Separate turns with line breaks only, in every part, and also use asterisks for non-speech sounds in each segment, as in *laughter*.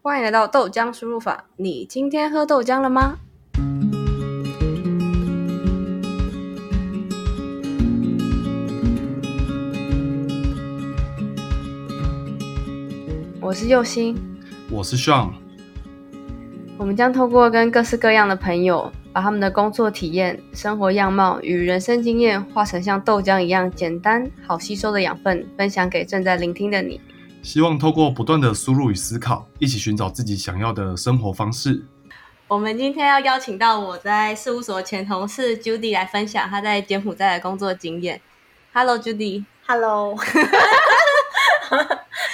欢迎来到豆浆输入法。你今天喝豆浆了吗？我是佑星，
我是 Sean，
我们将透过跟各式各样的朋友，把他们的工作体验、生活样貌与人生经验，化成像豆浆一样简单、好吸收的养分，分享给正在聆听的你。
希望透过不断的输入与思考，一起寻找自己想要的生活方式。
我们今天要邀请到我在事务所前同事 Judy 来分享她在柬埔寨的工作经验。Hello Judy，
Hello，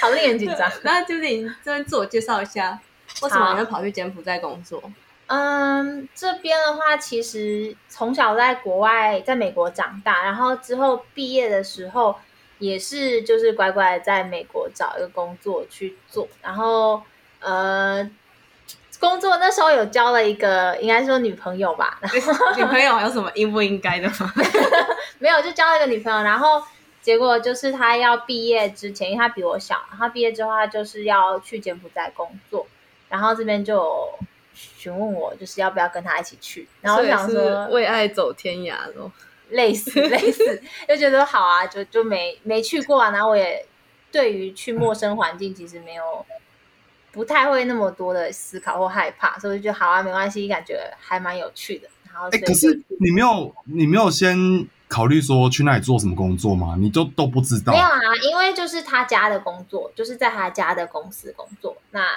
好令人紧张。
那 Judy 你这边自我介绍一下，为什么你会跑去柬埔寨工作？ *laughs*
嗯，这边的话，其实从小在国外，在美国长大，然后之后毕业的时候，也是就是乖乖地在美国找一个工作去做，然后呃，工作那时候有交了一个，应该说女朋友吧，然后
女朋友有什么应不应该的 *laughs* 吗？
没有，就交了一个女朋友，然后结果就是他要毕业之前，因为他比我小，然后毕业之后他就是要去柬埔寨工作，然后这边就有询问我就是要不要跟他一起去，然后我想说
为爱走天涯咯。
类似类似，就觉得好啊，就就没没去过啊，然后我也对于去陌生环境其实没有不太会那么多的思考或害怕，所以我就觉得好啊，没关系，感觉还蛮有趣的。然后
哎、
所以
可
就是
你没有，你没有先考虑说去那里做什么工作吗？你就都不知道
没。有啊，因为就是他家的工作，就是在他家的公司工作。那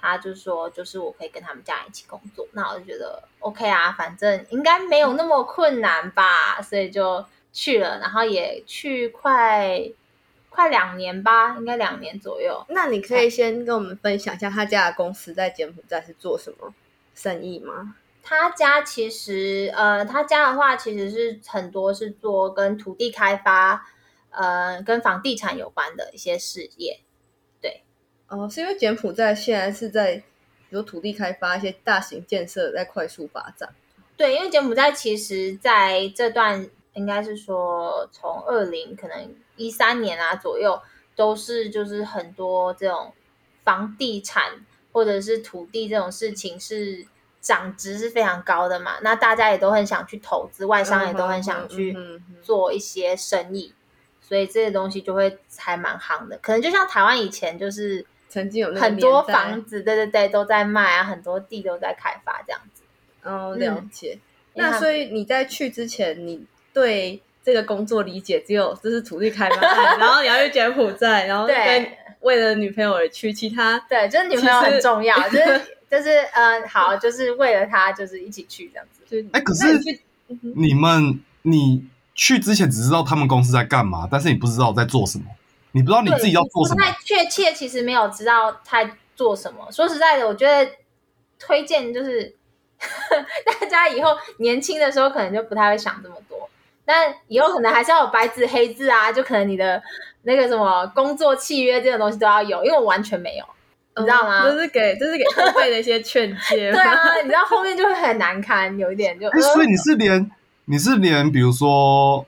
他就说，就是我可以跟他们家人一起工作。那我就觉得 OK 啊，反正应该没有那么困难吧，所以就去了，然后也去快快两年吧，应该两年左右。
那你可以先跟我们分享一下他家的公司在柬埔寨是做什么生意吗？
他家其实，呃，他家的话其实是很多是做跟土地开发，呃，跟房地产有关的一些事业。
哦，是因为柬埔寨现在是在比如土地开发一些大型建设在快速发展。
对，因为柬埔寨其实在这段应该是说从二零可能一三年啊左右，都是就是很多这种房地产或者是土地这种事情是涨值是非常高的嘛，那大家也都很想去投资，外商也都很想去
嗯哼嗯哼
做一些生意，所以这些东西就会还蛮夯的。可能就像台湾以前就是
曾经有那个
很多
年代
房子，对对对，都在卖啊，很多地都在开发这样子。
哦，
嗯
了解。
因为
那
他
所以你在去之前，你对这个工作理解只有这是土地开发
*laughs*
案，然后你要去柬埔寨，然后
对
跟为了女朋友而去，其他
对，就是女朋友很重要，就是就是嗯，好，就是为了他，就是一起去这样子。
就
哎可是
那你去
你们，你去之前只知道他们公司在干嘛，但是你不知道在做什么，你不知道你自己要做什
不
么。
太确切，其实没有知道他做什么。说实在的，我觉得推荐就是 *laughs* 大家以后年轻的时候可能就不太会想这么多，但以后可能还是要有白纸黑字啊，就可能你的那个什么工作契约这种东西都要有，因为我完全没有，你知道吗？
这哦是给这是给后辈的一些劝诫。
对 *laughs* 啊，你知道后面就会很难堪，有一点就。
哎、所以你是连你是连比如说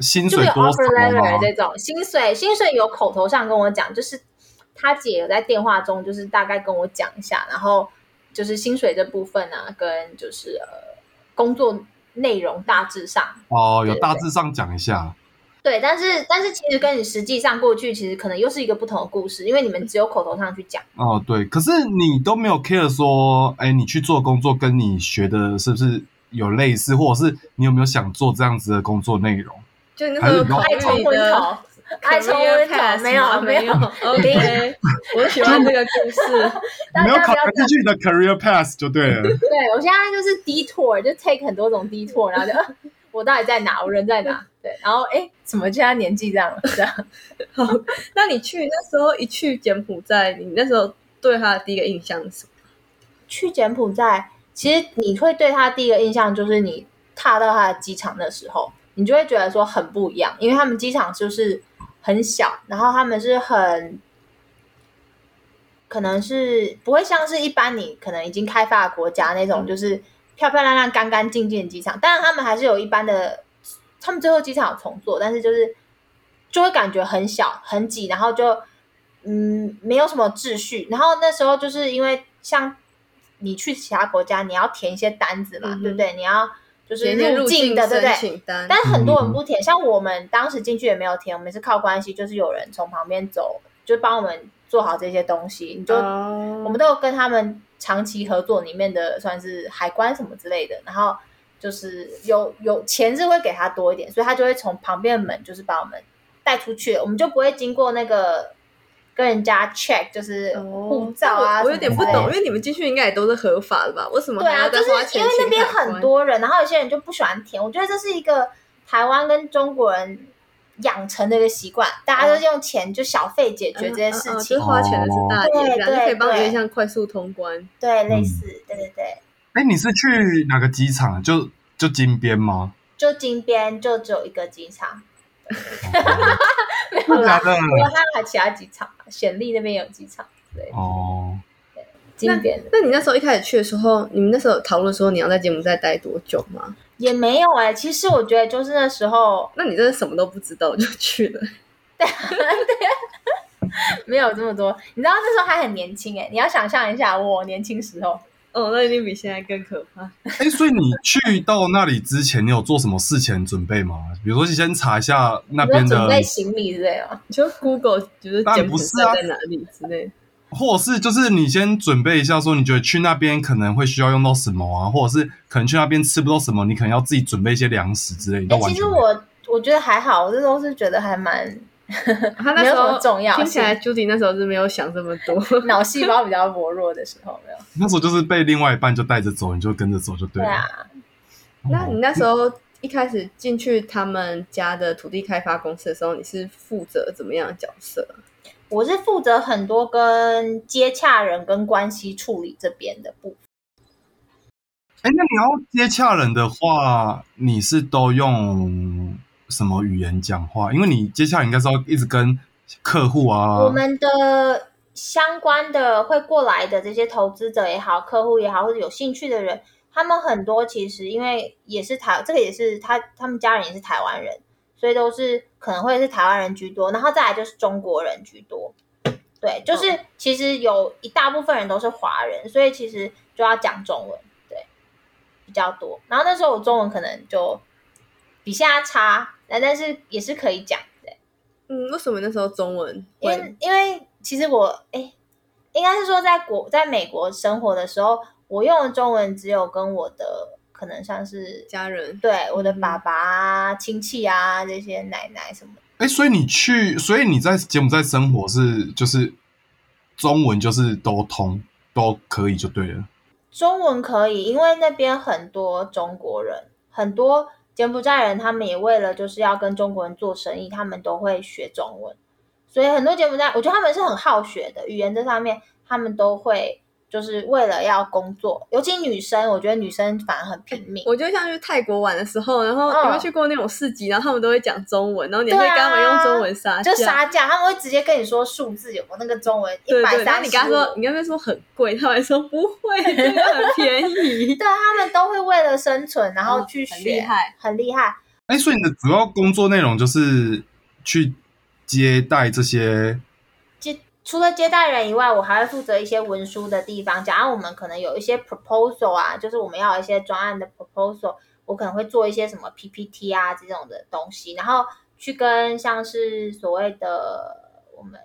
薪
就
水
有
多
offer
少啊
letter
吗？
这种薪水，薪水有口头上跟我讲，就是他姐有在电话中就是大概跟我讲一下，然后就是薪水这部分啊，跟就是呃工作内容大致上
哦，有大致上讲一下。
对，但是但是其实跟你实际上过去其实可能又是一个不同的故事，因为你们只有口头上去讲。
哦，对，可是你都没有 care 说，哎，你去做工作跟你学的是不是有类似，或者是你有没有想做这样子的工作内容？
就你那时候有考
爱冲
虑你
昏
的
头，爱冲昏
career path
头，没有
吗没
没有，
OK，我
*laughs*
喜欢这个故事。
大
没有
家
考
不要
虑进去你的 career path 就对了。
对我现在就是 detour，就 take 很多种 detour，然后就、呃我到底在哪，我人在哪？对，然后哎，怎么现在年纪这样了？这样
那你去那时候一去柬埔寨，你那时候对他的第一个印象是什么？
去柬埔寨，其实你会对他第一个印象就是你踏到他的机场的时候，你就会觉得说很不一样，因为他们机场就是很小，然后他们是很。可能是不会像是一般你可能已经开发的国家那
嗯
种，就是漂漂亮亮、干干净净的机场。当然，他们还是有一般的，他们最后机场有重做，但是就是就会感觉很小、很挤，然后就嗯没有什么秩序。然后那时候就是因为像你去其他国家，你要填一些单子
嗯
嘛，
哼
对不对？你要就是
填入
境的，对不
申
对？
请单，
但很多人不填，像我们当时进去也没有填，我们是靠关系，就是有人从旁边走，就帮我们做好这些东西，你就
哦
我
哦
我
们都有跟他们长期合作里面的算是海关什么之类的，然后就是有有钱是会给他多一点，所以他就会从旁边的门就是把我们带出去，我们就不会经过那个跟人家 check 就是
哦
护照
哦
啊、
我我有点不
什么之类
懂，
的
因为你们进去应该也都是合法的吧？为什么
对
还
啊，
要
就
再花
是
钱
因为那
请
边
海关
很，多人，然后有些人就不喜欢填，我觉得这是一个台湾跟中国人养成的一个习惯，大家都用钱就小费解决这些
嗯嗯
事
嗯就
情，
是花钱的是大
哦
爷，然后就可以帮你
对对
有点像快速通关。
对，类
嗯
似，对对对。
哎、你是去哪个机场？啊就就金边
*laughs*
吗？
就金边就只有一个机场，
真的假的？
我还有其他机场，暹粒那边有机场，对，
哦，
金边的
那你那时候一开始去的时候，你们那时候有讨论说你要在柬埔寨待多久吗？
也没有哎、其实我觉得就是那时候
那你真的什么都不知道就去了，
没有这么多，你知道那时候还很年轻哎、你要想象一下我年轻时候，
哦，那一定比现在更可怕。
哎、所以你去到那里之前，你有做什么事前准备吗？比如说，先查一下那
你说
边的
准备行李之类的，
你就 Google 就是
当然
柬埔
不是
寨
啊
在哪里之类的，
或者是就是你先准备一下，说你觉得去那边可能会需要用到什么啊，或者是可能去那边吃不到什么，你可能要自己准备一些粮食之类的。
哎、其实我我觉得还好，我这都是觉得还蛮
他那
没有
时
什
候
么重要
听起
性，
来 Judy 那时候是没有想这么多，
*laughs* 脑细胞比较薄弱的时候没有，
那时候就是被另外一半就带着走，你就跟着走就对
对
了。
啊，
哦
那你那时候一开始进去他们家的土地开发公司的时候，你是负责怎么样的角色？
我是负责很多跟接洽人跟关系处理这边的部分。
哎、那你要接洽人的话，你是都用什么语言讲话？因为你接洽人应该是要一直跟客户啊，
我们的相关的会过来的这些投资者也好，客户也好，或者有兴趣的人，他们很多其实因为也是台，这个也是他他们家人也是台湾人，所以都是可能会是台湾人居多，然后再来就是中国人居多。对，就是其实有一大部分人都是华人，所以其实就要讲中文，对，比较多。然后那时候我中文可能就比现在差，那但是也是可以讲，对。
嗯，为什么那时候中文
因
会
为因为其实我哎，应该是说在国在美国生活的时候，我用的中文只有跟我的可能像是
家人？嗯
对我的爸爸啊、亲戚啊这些奶奶什么的，
哎、所以你去，所以你在柬埔寨生活是就是中文就是都通都可以就对了。
中文可以，因为那边很多中国人，很多柬埔寨人，他们也为了就是要跟中国人做生意，他们都会学中文，所以很多柬埔寨，我觉得他们是很好学的，语言这上面他们都会。就是为了要工作，尤其女生，我觉得女生反而很
*laughs*
拼命。
我就像去泰国玩的时候，然后
嗯
有没有去过那种市集，然后他们都会讲中文，然后你会
对
跟
啊
他们用中文哦撒
就
价。
杀价，他们会直接跟你说数字有没有那个中文一
对
百
对，然后
三
你
十，
跟他说，你跟他说很贵，他还说不会，这个很便宜。 *laughs* 嗯
对，他们都会为了生存然后去
哦
学，
很厉害，
很厉害。
哎、所以你的主要工作内容就是去接待这些，
接除了接待人以外，我还会负责一些文书的地方。假如我们可能有一些 proposal 啊，就是我们要有一些专案的 proposal，我可能会做一些什么 PPT 啊这种的东西，然后去跟像是所谓的我们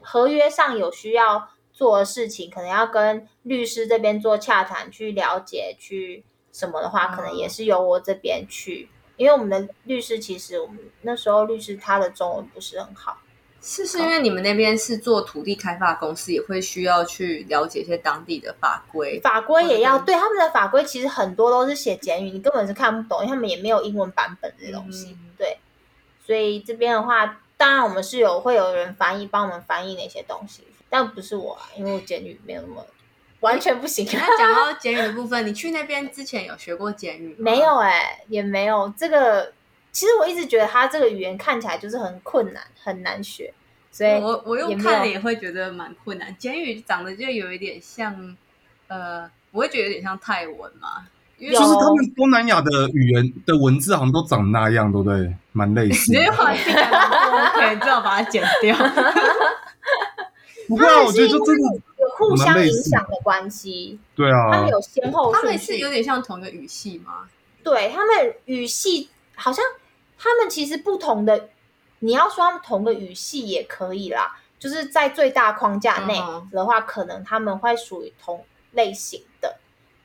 合约上有需要做的事情，可能要跟律师这边做洽谈，去了解去什么的话，可能也是由我这边去。因为我们的律师其实我们那时候律师他的中文不是很好，
是是因为你们那边是做土地开发公司，也会需要去了解一些当地的法规。
法规也要
嗯
对他们的法规，其实很多都是写简语，你根本是看不懂，因为他们也没有英文版本这东西。
嗯
对，所以这边的话，当然我们是有会有人翻译帮我们翻译那些东西，但不是我啊，因为我简语没有那么完全不行。
那讲到简语的部分，你去那边之前有学过简语吗？
没有哎、也没有这个。其实我一直觉得他这个语言看起来就是很困难，很难学，所以
我我
也
用
没
看了
有
也会觉得蛮困难。简语长得就有一点像，呃，我会觉得有点像泰文嘛，因为
有
就是他们东南亚的语言的文字好像都长那样，对不对？蛮类似
你
的。
*laughs*
这句话听起来蛮不 OK，最好把它剪掉。
不会
他
啊，
们
我
是
觉
因
得就真
为
的
有互
蛮
相
类
影
似
响的关系，
对
他
啊
们，有先后
他
顺
们是有
序，
点像同一个语系吗？
对他们语系好像他们其实不同的，你要说他们同个语系也可以啦，就是在最大框架内
嗯
的话，可能他们会属于同类型的，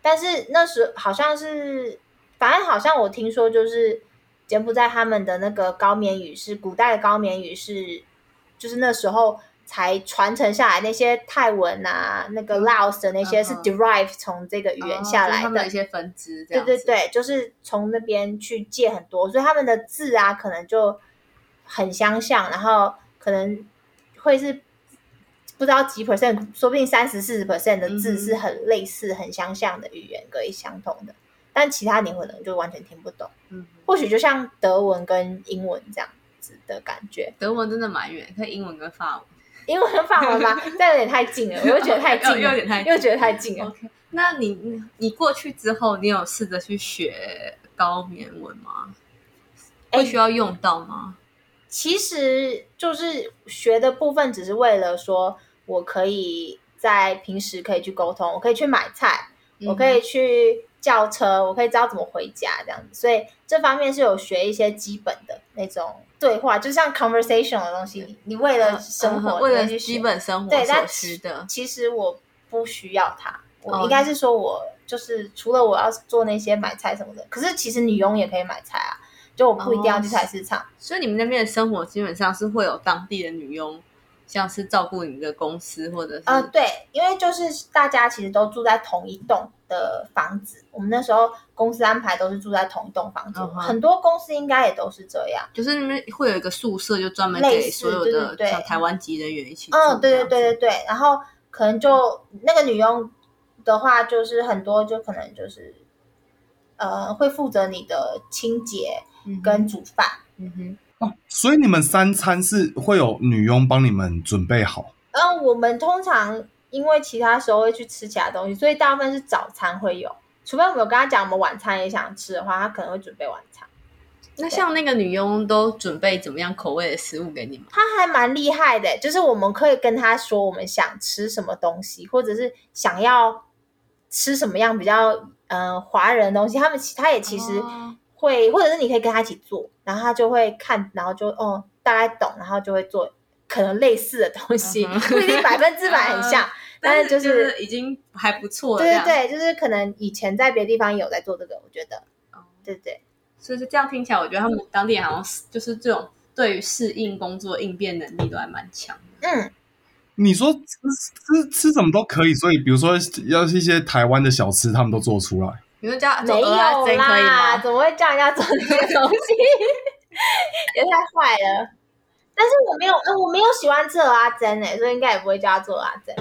但是那时好像是，反正好像我听说就是柬埔寨他们的那个高棉语是古代的高棉语是，就是那时候。才传承下来那些泰文啊，那个 Laos 的那些是
嗯嗯
derive 从这个语言下
哦就是
来
他们
的
的一，些分支这
对
样子。
对对，就是从那边去借很多，所以他们的字啊，可能就很相像，然后可能会是不知道几 percent，说不定三十四十 percent 的
嗯
字
哼
是很类似、很相像的语言，可以相通的，但其他你可能就完全听不懂。
嗯，
或许就像德文跟英文这样子的感觉，
德文真的蛮远，可以英文跟法文。
英文跟法
*laughs*
文吧，但有点太近了，我又觉得太近了，
哦又又有点太近
又觉得太近了。
OK，那你你你过去之后，你有试着去学高棉文吗？
哎
会需要用到吗？
其实就是学的部分，只是为了说我可以在平时可以去沟通，我可以去买菜，我可
嗯
以去叫车，我可以知道怎么回家这样子。所以这方面是有学一些基本的那种对话，就像 conversation 的东西，你你为
嗯
了生活，
嗯为了
你会去学
基本生活
对，
所
但
需
其
的，
其实我不需要它，我
哦
应该是说我就是除了我要做那些买菜什么的，可是其实女佣也可以买菜啊，就我不一定要去菜市场。
所以你们那边的生活基本上是会有当地的女佣，像是照顾你的公司或者是
呃，对，因为就是大家其实都住在同一栋的房子，我们那时候公司安排都是住在同一栋房子，
嗯哼
很多公司应该也都是这样。
就是那边会有一个宿舍，就专门
类
给
似
所有
对
的
对对
像台湾籍人员一起住。
嗯，对对对
对，
对对，然后可能就那个女佣的话，就是很多就可能就是呃会负责你的清洁
嗯
跟煮饭。
嗯哼，
哦所以你们三餐是会有女佣帮你们准备好，
嗯，我们通常因为其他时候会去吃其他东西，所以大部分是早餐会有，除非我们有跟他讲我们晚餐也想吃的话，他可能会准备晚餐。
那像那个女佣都准备怎么样口味的食物给你们？
他还蛮厉害的，就是我们可以跟他说我们想吃什么东西，或者是想要吃什么样比较嗯华人的东西，他们其他也其实
哦
会，或者是你可以跟他一起做，然后他就会看，然后就哦大概懂，然后就会做可能类似的东西，
嗯哼
不一定百分之百很像，但是
就
就是
已经还不错了，
对
这样
对对，就是可能以前在别的地方也有在做这个，我觉得
哦，
对对
所以就这样听起来，我觉得他们当地人好像是就是这种对于适应工作应变能力都还蛮强的。
对，嗯。
你说吃吃吃什么都可以，所以比如说要是一些台湾的小吃，他们都做出来。
你说叫
没有
做啊蚵仔煎可以
啦，
吗？
怎么会叫人家做这些东西？ *laughs* 也太坏了。但是我没有，呃我没有喜欢吃阿珍诶，欸所以应该也不会叫他做阿珍。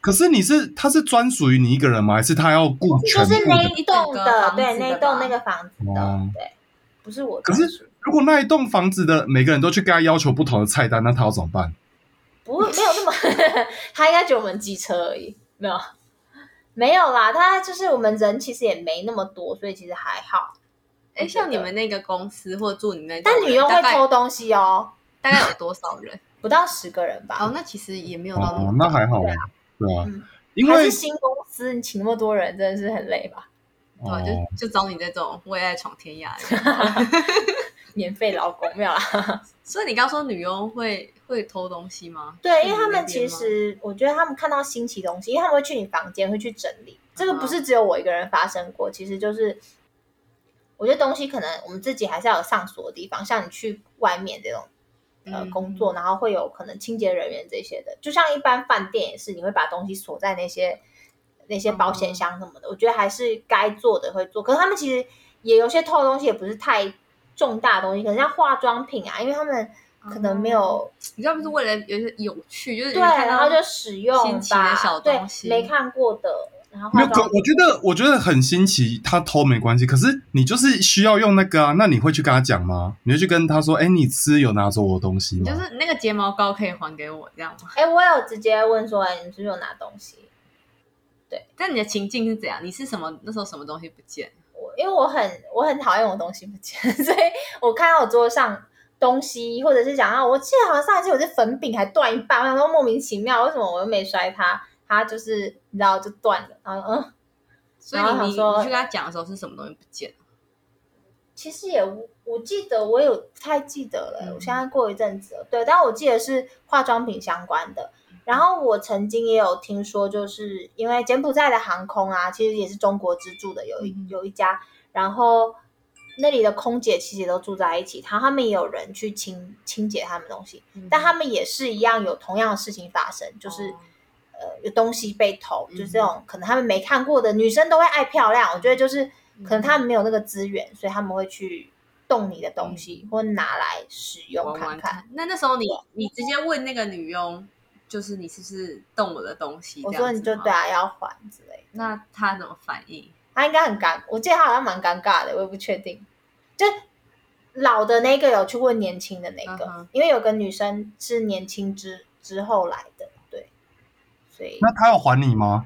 可是你是它是专属于你一个人吗？还是他要顾
就
全
是
部
那
的？
一栋
整个
的，
房子的吧
对，那一栋那个房子的
哦，
对，不是我。
可是如果那一栋房子的每个人都去跟他要求不同的菜单，那他要怎么办？
不会没有那么， *laughs* 他应该觉得我们机车而已，没有，没有啦。他就是我们人其实也没那么多，所以其实还好。
哎，像你们那个公司或住你们那种
但
人，
女佣会
大概
偷东西哦，
大概有多少人？
不到十个人吧。
哦，那其实也没有到
哦
么，
那还好啊，对啊
嗯，
因
还
为
是新公司，你请那么多人真的是很累吧？
多，
哦
对吧，就就找你这种为爱闯天涯的人。
免费劳工没有啦。
所以你刚说女佣会会偷东西吗？
*laughs* 对，
是
因
你
为他
那边
们其
吗
实，我觉得他们看到新奇东西，因为他们会去你房间，会去整理。这个
嗯哼
不是只有我一个人发生过，其实就是，我觉得东西可能我们自己还是要有上锁的地方，像你去外面这种呃
嗯
工作，然后会有可能清洁人员这些的，就像一般饭店也是，你会把东西锁在那些那些保险箱什么的。我觉得还是该做的会做，可是他们其实也有些偷的东西也不是太重大的东西，可能像化妆品啊，因为他们可能没有。
你知道不是为了有些有趣，就是
对，
你看
然
到
后就使用
新奇的
吧
小
对
东西
没看过的，然后
没有，
化
可
妆
我觉得我觉得很新奇，他偷没关系，可是你就是需要用那个啊，那你会去跟他讲吗？你会去跟他说，哎，你吃有拿走我的东西
你
吗？
就是那个睫毛膏可以还给我这样吗？
哎、我有直接问说，哎，你是不是有拿东西？
但你的情境是怎样？你是什么那时候什么东西不见？
我因为我很我很讨厌我东西不见，所以我看到我桌上东西，或者是讲啊，我记得好像上一次我是粉饼还断一半，我想说莫名其妙，为什么我又没摔它？它就是你知道就断了，然后嗯，
所以
然后
你
他
你
说
你去跟他讲的时候是什么东西不见了？
其实也无我记得我有不太记得了、我现在过一阵子了，对，但我记得是化妆品相关的。然后我曾经也有听说，就是因为柬埔寨的航空啊，其实也是中国资助的，有一有一家，然后那里的空姐其实也都住在一起，他他们也有人去清清洁他们东西，但他们也是一样有同样的事情发生，就是、
哦
呃有东西被偷，就是这
嗯
种可能他们没看过的，女生都会爱漂亮，我觉得就是可能
嗯
他们没有那个资源，所以他们会去动你的东西、或拿来使用
嗯玩
看
玩
看。啊
看，
那那时候你你直接问那个女佣，就是你是不是动我的东西？
我
这样
说你
子
就
吗
对，啊，要还之类的。
那她怎么反应？
他应该很尴，我记得他好像蛮尴尬的，我也不确定。就老的那个有去问年轻的那个
嗯哼
因为有个女生是年轻之之后来的，对，所以
那他要还你吗？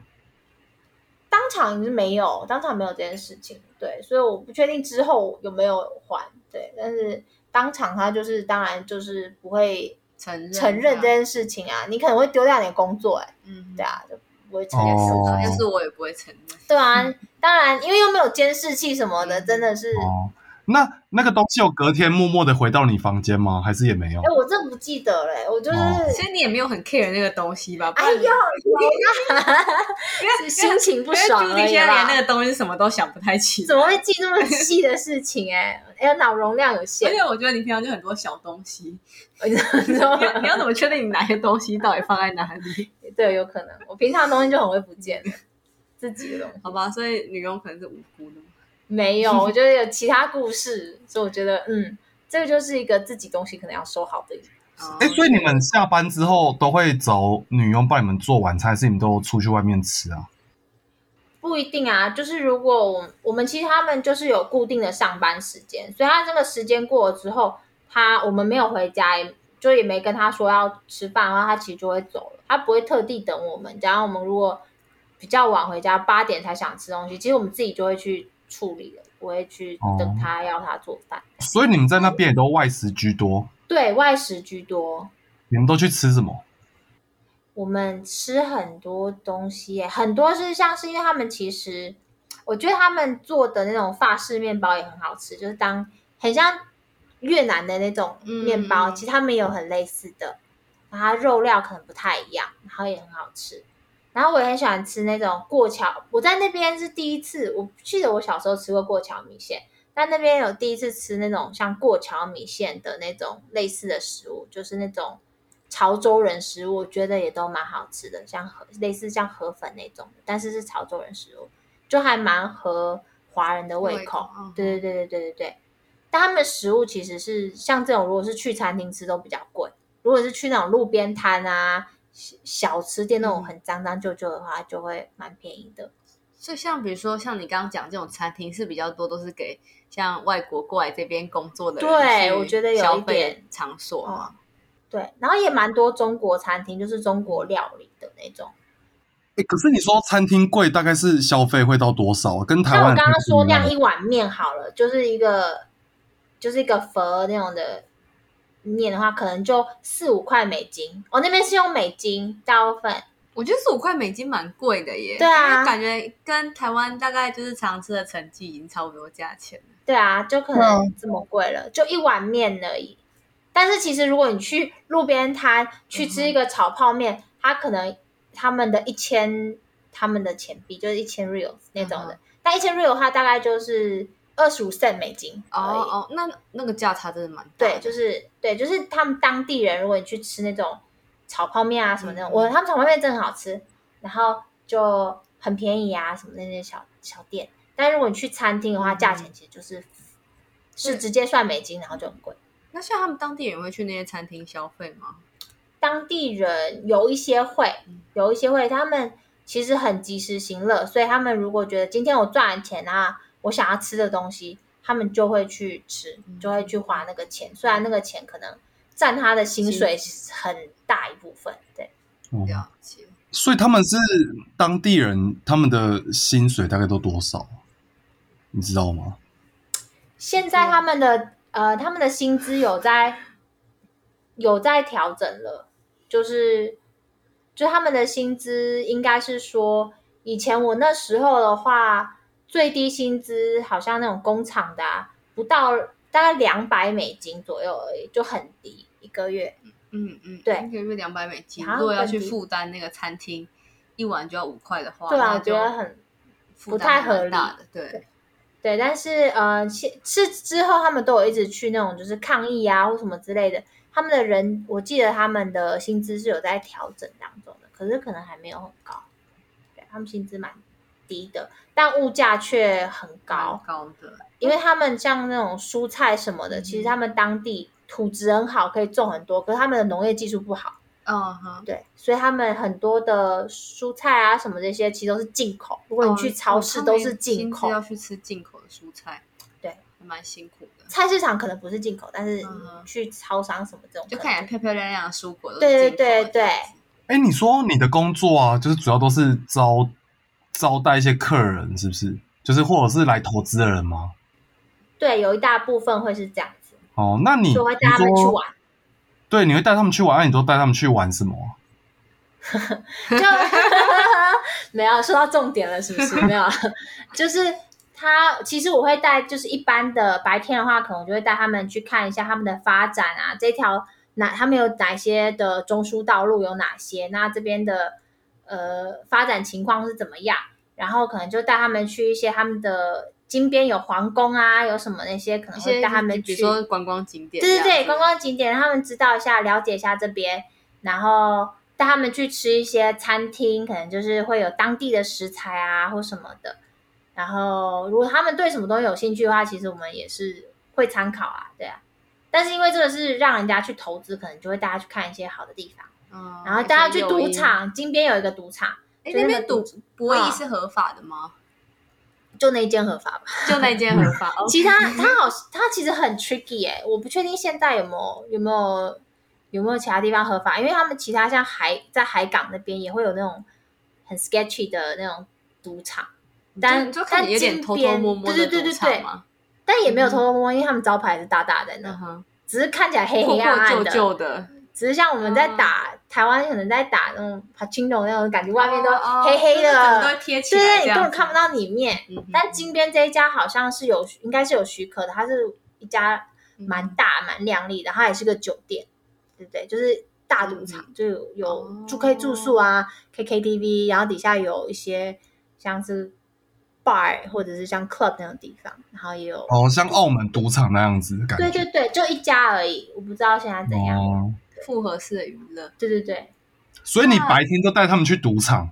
当场是没有，当场没有这件事情，对，所以我不确定之后有没有还，对，但是当场他就是当然就是不会
承认
承认这
样，
件事情啊，你可能会丢掉你的工作、哎，
嗯，
对，啊，就不会承认。
哦
要是我也不会承认。
对
嗯
啊，当然，因为又没有监视器什么的，真的是，哎、
哦，那那个东西有隔天默默的回到你房间吗？还是也没有？
哎我真不记得了、哎我就是，
哦
所以你也没有很 care 那个东西吧？不然
哎呦，有啊
*laughs* 因为
心情不爽
因
而
为朱迪
已
现在连那
啦。
个东西是什么都想不太起来，
怎么会记那么细的事情、哎，哎，脑容量有
而
限
且，我觉得你平常就很多小东
*laughs*
西，
哎
你知道
你要你
吗？
要怎么确定你哪些东西到底放在哪里？
*laughs* 对，有可能，我平常的东西就很会不见了，自己的东西。
好吧，所以女佣可能是无辜的。
没有，我觉得有其他故事，所以我觉得，嗯，这个就是一个自己东西可能要收好的。 *laughs*
哦
哎、所以你们下班之后都会找女佣帮你们做晚餐，还是你们都出去外面吃啊？
不一定啊，就是如果我我们其实他们就是有固定的上班时间，所以他这个时间过了之后，他我们没有回家，也就也没跟他说要吃饭的话，他其实就会走了，他不会特地等我们。然后我们如果比较晚回家，八点才想吃东西，其实我们自己就会去处理了，不会去等他要他做饭。
所以你们在那边也都外食居多，
对外食居多，
你们都去吃什么？
我们吃很多东西耶，很多是像是因为他们其实，我觉得他们做的那种法式面包也很好吃，就是当很像越南的那种面包，
嗯
其实他们也有很类似的，然后它肉料可能不太一样，然后也很好吃。然后我也很喜欢吃那种过桥，我在那边是第一次，我记得我小时候吃过过桥米线，但那边有第一次吃那种像过桥米线的那种类似的食物，就是那种潮州人食物，我觉得也都蛮好吃的，像河类似像河粉那种的，但是是潮州人食物，就还蛮合华人的胃
胃
口
口嗯。
对对对对对对对。但他们的食物其实是像这种，如果是去餐厅吃都比较贵，如果是去那种路边摊啊、小小吃店那种
嗯
很脏脏旧旧的话，就会蛮便宜的。
所以像比如说像你刚刚讲这种餐厅是比较多都是给像外国过来这边工作的人
对
去
我觉得有一
消费
点哦
的场所嘛。
对，然后也蛮多中国餐厅，就是中国料理的那种。
哎、可是你说餐厅贵，大概是消费会到多少啊？跟台
像
湾
我刚刚说
的
那
餐
样
厅
一碗面好了，就是一个就是一个佛那种的面的话，可能就四五块美金。我、哦、那边是用美金大部分，
我觉得四五块美金蛮贵的耶，
对啊
因为感觉跟台湾大概就是常吃的成绩已经差不多价钱了。
对啊，就可能
嗯
这么贵了，就一碗面而已。但是其实如果你去路边摊去
嗯
吃一个炒泡面，它可能他们的一千他们的钱币就是一千 real 那种的，
嗯
但一千 real 它大概就是二十五 cent 美金
哦
而已。
哦，那那个价差真的蛮大
对，
的。
就是对，就是他们当地人，如果你去吃那种炒泡面啊什么那种，
嗯
我他们炒泡面真的很好吃，然后就很便宜啊什么那些小小店。但如果你去餐厅的
嗯
话，价钱其实就是、是直接算美金，然后就很贵。
那像他们当地人会去那些餐厅消费吗？
当地人有一些会，有一些会，他们其实很及时行乐，所以他们如果觉得今天我赚了钱啊，我想要吃的东西，他们就会去吃，就会去花那个钱。虽然那个钱可能占他的薪水很大一部分，对，
嗯
啊
了解，
所以他们是当地人，他们的薪水大概都多少？你知道吗？
现在他们的呃，他们的薪资有在有在调整了，就是就他们的薪资应该是说，以前我那时候的话，最低薪资好像那种工厂的、啊、不到大概两百美金左右而已，就很低一个月。
嗯嗯，
对
一个月两百美金，
好
如果要
更
去
低
负担那个餐厅一碗就要五块的话，
对啊，
那
我觉
就
得很
负
不
担
太
还蛮
合理
大的，对，
对，但是呃，现是之后他们都有一直去那种就是抗议啊或什么之类的，他们的人我记得他们的薪资是有在调整当中的，可是可能还没有很高，对他们薪资蛮低的，但物价却很
蛮
高，
高的，
因为他们像那种蔬菜什么的，其实他们当地土质很好，可以种很多，可是他们的农业技术不好，
嗯哼，
对，所以他们很多的蔬菜啊什么这些其实都是进口，如果你去
哦
超
哦
市
他
都
们
是
亲
进
自
口，
要去吃进口的蔬菜，
对
还蛮辛苦的，
菜市场可能不是进口，但是
嗯
去超商什么这种
就
可能
看起来漂漂亮亮的蔬果都是
对
进口的
对对对
这样子，
哎，你说你的工作啊，就是主要都是招招待一些客人，是不是？就是或者是来投资的人吗？
对，有一大部分会是这样子，
哦，那你
所以我会带他
你
们去
说
玩，
对，你会带他们去玩，那你都带他们去玩什么啊？
就 *laughs* 没有说到重点了，是不
*laughs*
是？没有，就是他其实我会带，就是一般的白天的话，可能就会带他们去看一下他们的发展啊，这条哪他们有哪些的中枢道路有哪些，那这边的呃发展情况是怎么样，然后可能就带他们去一些他们的。金边有皇宫啊，有什么那些可能
一
会
些
带他们去，
比如说观光景点这
对
样
对
子，
对，观光景点让他们知道一下，了解一下这边，然后带他们去吃一些餐厅，可能就是会有当地的食材啊或什么的。然后如果他们对什么东西有兴趣的话，其实我们也是会参考啊，对啊。但是因为这个是让人家去投资，可能就会大家去看一些好的地方，
嗯，
然后大家
一些
去
诱
赌
因，
场，金边有一个赌场，
哎，
就是
那
那
边
赌
赌博
啊
弈是合法的吗？
就那一间合法吧。
就那间合法，哦
*laughs* 其他它好，它其实很 tricky 哎、我不确定现在有没有有没有有没有其他地方合法，因为他们其他像海在海港那边也会有那种很 sketchy 的那种赌场，但
就就看起
但
来有点
金
偷偷
边
摸摸
对
的
对对
赌
对对
场，嘛，
但也没有偷偷摸摸，因为他们招牌是大大的那，
嗯哼，
只是看起来黑
破
黑暗暗
破旧
的，
旧的，
只是像我们在打、台湾可能在打那种 pacino 那种感觉，外面都
哦
黑黑
就是
的，
整个都会贴起
对
来，这
对，你根
样
本
子
看不到里面。
嗯哼
但金边这一家好像是有，应该是有许可的，它是一家
嗯
蛮大、蛮亮丽的，它也是个酒店，对不对？就是大赌
嗯
场，就有
哦
有住可以住宿啊，可以 KTV，然后底下有一些像是 bar 或者是像 club 那种地方，然后也有，
哦，像澳门赌场那样子的感觉。
对对对，就一家而已，我不知道现在怎样。
哦，
复合式的娱乐，
对对对，
所以你白天都带他们去赌场，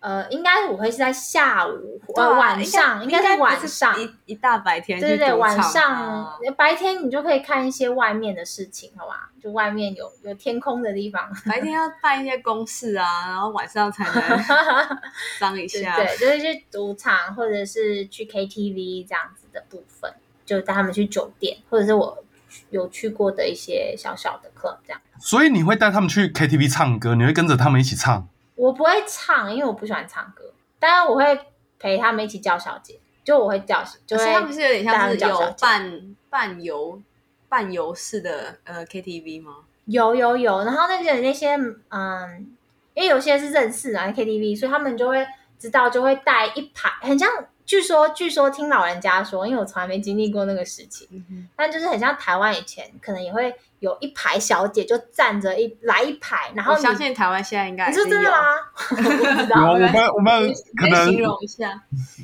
呃，应该我会是在下午
对
呃
啊
晚上，应
应
该
该
是晚
不是
上，
一一大白天去
对对对，
赌
晚
场
上
啊
白天你就可以看一些外面的事情，好吧？就外面有有天空的地
*laughs*
方，
白天要办一些公事啊，然后晚上才
*laughs*
能脏一
对
下。
对，就是去赌场或者是去 KTV 这样子的部分，就带他们去酒店，或者是我有去过的一些小小的 club 这样。
所以你会带他们去 KTV 唱歌，你会跟着他们一起唱。
我不会唱，因为我不喜欢唱歌，当然我会陪他们一起叫小姐，就我会叫，就
可是
会
他们是有点像是
大家叫小
有
姐
伴伴游伴游式的呃 KTV 吗？
有有有，然后那个那些嗯，因为有些是认识啊 KTV，所以他们就会知道，就会带一排，很像。据说，据说听老人家说，因为我从来没经历过那个时期，
嗯
但就是很像台湾以前可能也会有一排小姐就站着一来一排，然
哼，
后
我
你
相信台湾现在应该还
你是
是
真的
有 *laughs*
吗？？啊我不知
有
道，
我们我们可
可以
能
形容一下，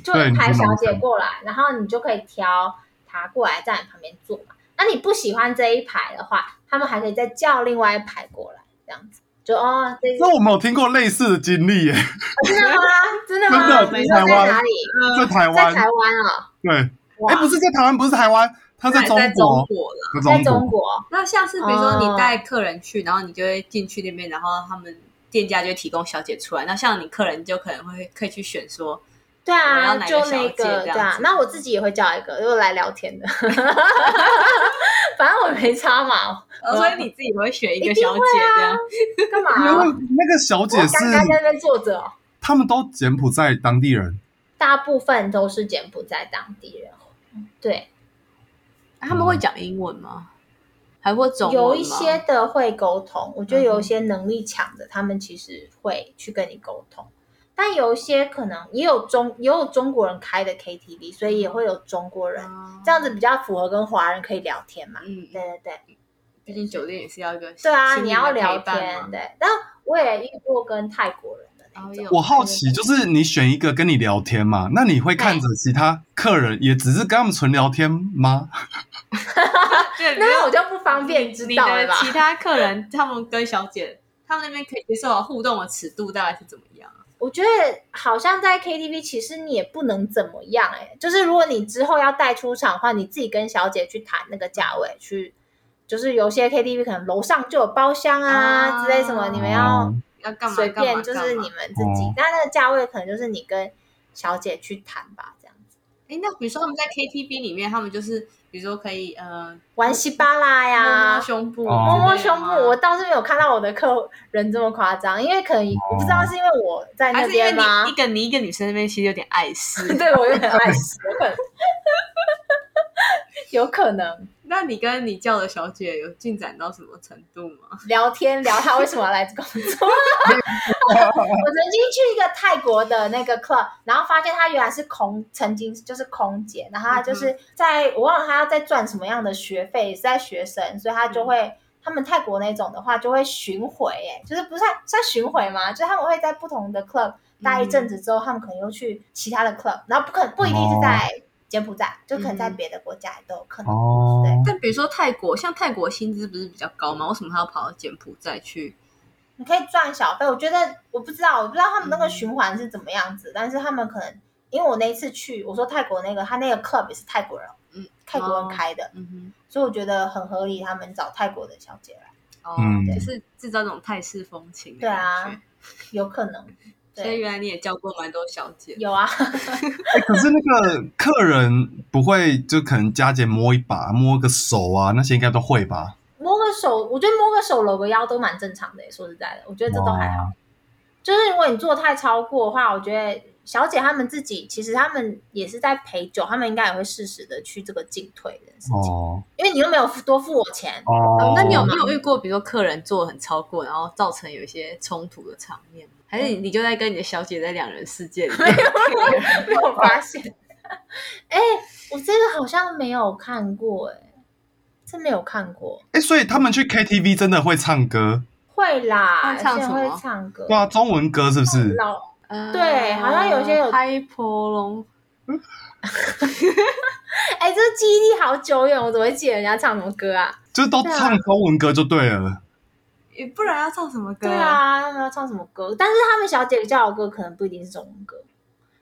就一排小姐
对
过来，然后你就可以挑她过来站在你旁边坐嘛。那你不喜欢这一排的话，他们还可以再叫另外一排过来，这样子就哦，这
那我们有听过类似的经历耶，
真的吗？ *laughs* 真的
真
吗？
的
你
在
说
台
在
湾
哪里？
在台
在
湾，
台湾哦，
对，
哇
哎，不是在台湾，不是台湾，他在中
在中
国，
国了。
在
在
中国
中国，
那像是比如说
哦
你带客人去，然后你就会进去那边，然后他们店家就会提供小姐出来。那像你客人就可能会可以去选说，
对
我要
啊，
哪个
就
小
那
姐
个
这
对
样
啊
子。
那我自己也会叫一个，又来聊天的， *laughs* 反正我没差嘛，
呃所以你自己会选一
哦一
个
定
小姐
会啊
这样。
干嘛？啊
因为
我
那个小姐是
刚刚在那边坐着哦，
他们都柬埔寨当地人，
大部分都是柬埔寨当地人，对，嗯
他们会讲英文吗？还会中文吗
有一些的会沟通，我觉得有一些能力强的，他们其实会去跟你沟通。但有一些可能也有中也有中国人开的 KTV，所以也会有中国人，
哦
这样子比较符合跟华人可以聊天嘛。
嗯，
对对对，
毕竟酒店也是要一个
对啊，
心
你
灵的
要聊
陪伴
天，
嘛。
对。但我也遇过跟泰国人的那
哦
种
有，
我好奇，就是你选一个跟你聊天嘛，那你会看着其他客人也只是跟他们纯聊天吗？
对，没
那
有
我就不方便知
你
道了
的
吧？
其他客人，他们跟小姐他们那边可以接受的互动的尺度大概是怎么样？
我觉得好像在 KTV，其实你也不能怎么样哎、就是如果你之后要带出场的话，你自己跟小姐去谈那个价位，去就是有些 KTV 可能楼上就有包厢啊
啊
之类什么，你们要
嗯
要干嘛？
随
干嘛
便就是你。
干嘛
们自己
哦，
但那个价位可能就是你跟小姐去谈吧，这样子
哎，那比如说他们在 KTV 里面，他们就是比如说可以呃
玩西巴拉
摸摸
呀。
胸部，
哦
摸摸
对啊
胸部，我倒是没有看到我的客人这么夸张，因为可能我不知道是因为我在
还
那
是因为
边吗？
你一个你一个女生那边其实有点碍事。
*laughs* 对我有点爱死，有可能， *laughs* 有可能
那你跟你叫的小姐有进展到什么程度吗？
聊天聊他为什么要来工作。我曾经去一个泰国的那个 club，然后发现他原来是空，曾经就是空姐，然后他就是在、我忘了他要在赚什么样的学费，也是在学生，所以他就会。他们泰国那种的话，就会巡回，哎，就是不是算巡回嘛？就是他们会在不同的 club 待一阵子之后，他们可能又去其他的 club，然后不可不一定是在柬埔寨，就可能在别的国家也都有可能。
哦，
对
但比如说泰国，像泰国薪资不是比较高吗？为什么他要跑到柬埔寨去？
你可以赚小费，我觉得我不知道，我不知道他们那个循环是怎么样子，但是他们可能因为我那一次去，我说泰国那个他那个 club 也是泰国人，
嗯，
泰国人开的，
嗯
所以我觉得很合理，他们找泰国的小姐来，
哼，哦，
嗯
就是制造那种泰式风情的
对啊
感觉。
有可能，
所以
对，
原来你也叫过蛮多小姐，
有啊，
哎可是那个客人不会就可能佳姐摸一把、摸个手啊，那些应该都会吧？
摸个手，我觉得摸个手搂个腰都蛮正常的，说实在的，我觉得这都还好。
哇
就是如果你做太超过的话，我觉得小姐她们自己其实她们也是在陪酒，她们应该也会适时的去这个进退的事情，
哦
因为你又没有多付我钱，
哦，
那你有
吗
没有遇过，比如说客人做得很超过，然后造成有一些冲突的场面？还是
嗯
你你就在跟你的小姐在两人世界
*laughs*
里面？
没有发现。 *laughs* 哎、我这个好像没有看过、哎，真没有看过。
哎，所以他们去 KTV 真的会唱歌，
会啦，
会唱
有些
什
人
么
会唱歌。
对啊，中文歌是不是？
啊
老对
对
好像有些有
拍婆龙，
哎、这个记忆力好久远，我怎么会记得人家唱什么歌啊？
就是都
对啊
唱中文歌就对了。
也不然要唱什么歌？
对，啊，他们要唱什么歌？但是他们小姐姐叫的歌可能不一定是中文歌，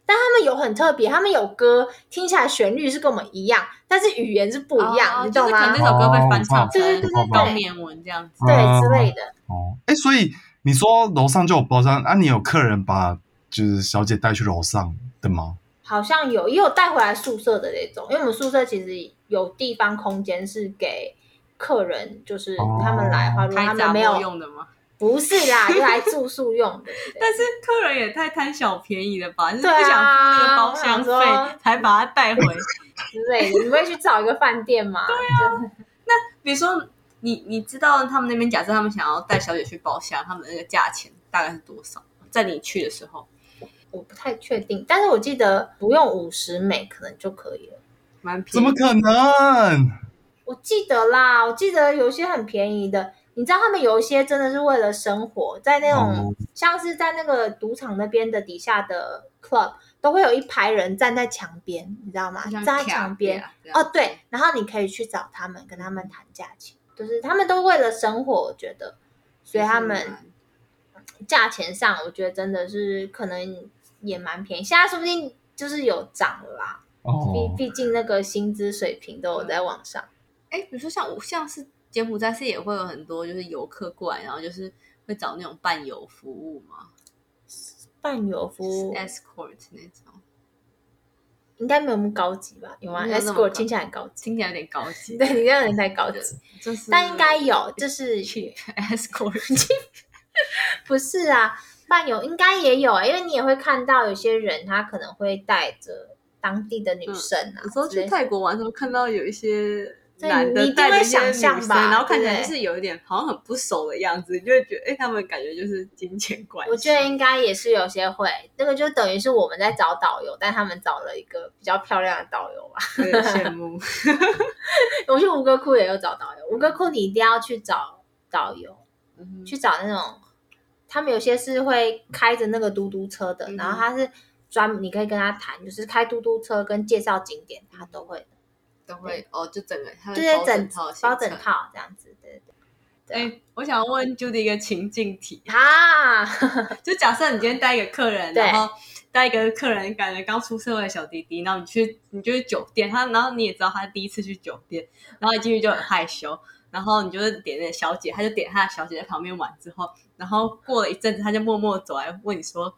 但他们有很特别，他们有歌听起来旋律是跟我们一样，但是语言是不一样，
哦
你懂
就是
吗
可能？那首歌被翻唱
对对对对
成
对
高棉文这样子。
对之类的。
哦，哎，所以你说楼上就有包厢啊？你有客人把就是小姐带去楼上的吗？
好像有，也有带回来宿舍的那种，因为我们宿舍其实有地方空间是给客人，就是
哦
他们来的话，如果嗯他
开
们
杂
没
货
有，
用的吗？
不是啦，就来住宿用的。
但是客人也太贪小便宜了吧？就是
对啊
不想付那个包厢
我想
费，才把他带回。
之类的，你会去找一个饭店吗？对啊，
比如说，你你知道他们那边，假设他们想要带小姐去包厢，他们那个价钱大概是多少？在你去的时候，
我不太确定，但是我记得不用五十美可能就可以了。
蛮便
怎
宜
么
的。
可能？
我记得啦，我记得有些很便宜的，你知道他们有一些真的是为了生活，在那种、像是在那个赌场那边的底下的 club，都会有一排人站在墙边，你知道吗？站在墙边，
啊
哦，对，然后你可以去找他们，跟他们谈价钱，就是他们都为了生活，我觉得，所以他们价钱上，我觉得真的是可能也蛮便宜，现在说不定就是有涨了啦，毕
哦，
毕竟那个薪资水平都有在往上。
哎，比如说像我像是柬埔寨是也会有很多就是游客过来，然后就是会找那种伴游服务嘛
伴游服务
，escort 那种，
应该没有那么高级吧？有吗
没有那么高
？escort 听起来很高级， *laughs*
听起来有点高级，
对你这样人才高级，
就是
但应该有，就是
cheap *laughs*
*laughs*
escort。
不是啊？伴游应该也有，啊因为你也会看到有些人他可能会带着当地的女生啊，
嗯有时候
之类
去泰国玩的时候，看到有一些
对
男的
你一定
带着
会
一些
想
女
象
生，
吧
然后看起来
对
就是有一点好像很不熟的样子，你就会觉得哎、诶他们感觉就是金钱关系。
我觉得应该也是有些会，这个就等于是我们在找导游，但他们找了一个比较漂亮的导游吧。
有点羡慕。
*laughs* 我去吴哥窟也有找导游，吴哥窟你一定要去找导游，
嗯
去找那种他们有些是会开着那个嘟嘟车的，
嗯
然后他是专你可以跟他谈，就是开嘟嘟车跟介绍景点，他都会的，
都会哦，就整个他们
对对，
包
整
套行
包
程
整套这样子，对对
哎、我想问 Judy 一个情境题，
对。啊，
就假设你今天带一个客人，
对
然后带一个客人，感觉刚出社会的小弟弟，然后你去你就去酒店，他然后你也知道他第一次去酒店，然后一进去就很害羞，然后你就是点那个小姐，他就点他的小姐在旁边玩之后，然后过了一阵子，他就默默走来问你说。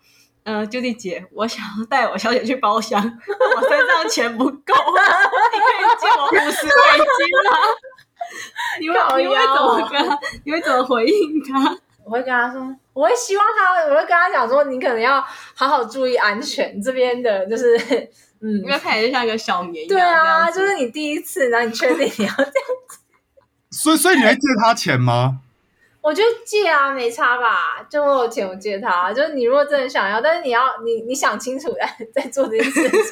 嗯，j u d y 姐，我想要带我小姐去包厢，我身上钱不够， *laughs* 你可以借我五十美金吗？你
*laughs*
会
靠
你会
腰
怎
哦
么跟他？你会怎么回应
*laughs*
他？
*laughs* 我会跟他说，我会希望他，我会跟他讲说，你可能要好好注意安全，这边的就是，嗯
因，为看起来就像一个小绵羊这
对
样
啊，
子。
就是你第一次，然后你确定你要这样，
所以所以你会借他钱吗？
我觉得借啊，没差吧？就我有钱，我借他。啊就是你如果真的想要，但是你要你你想清楚再 *laughs* 再做这件事情， *laughs* 不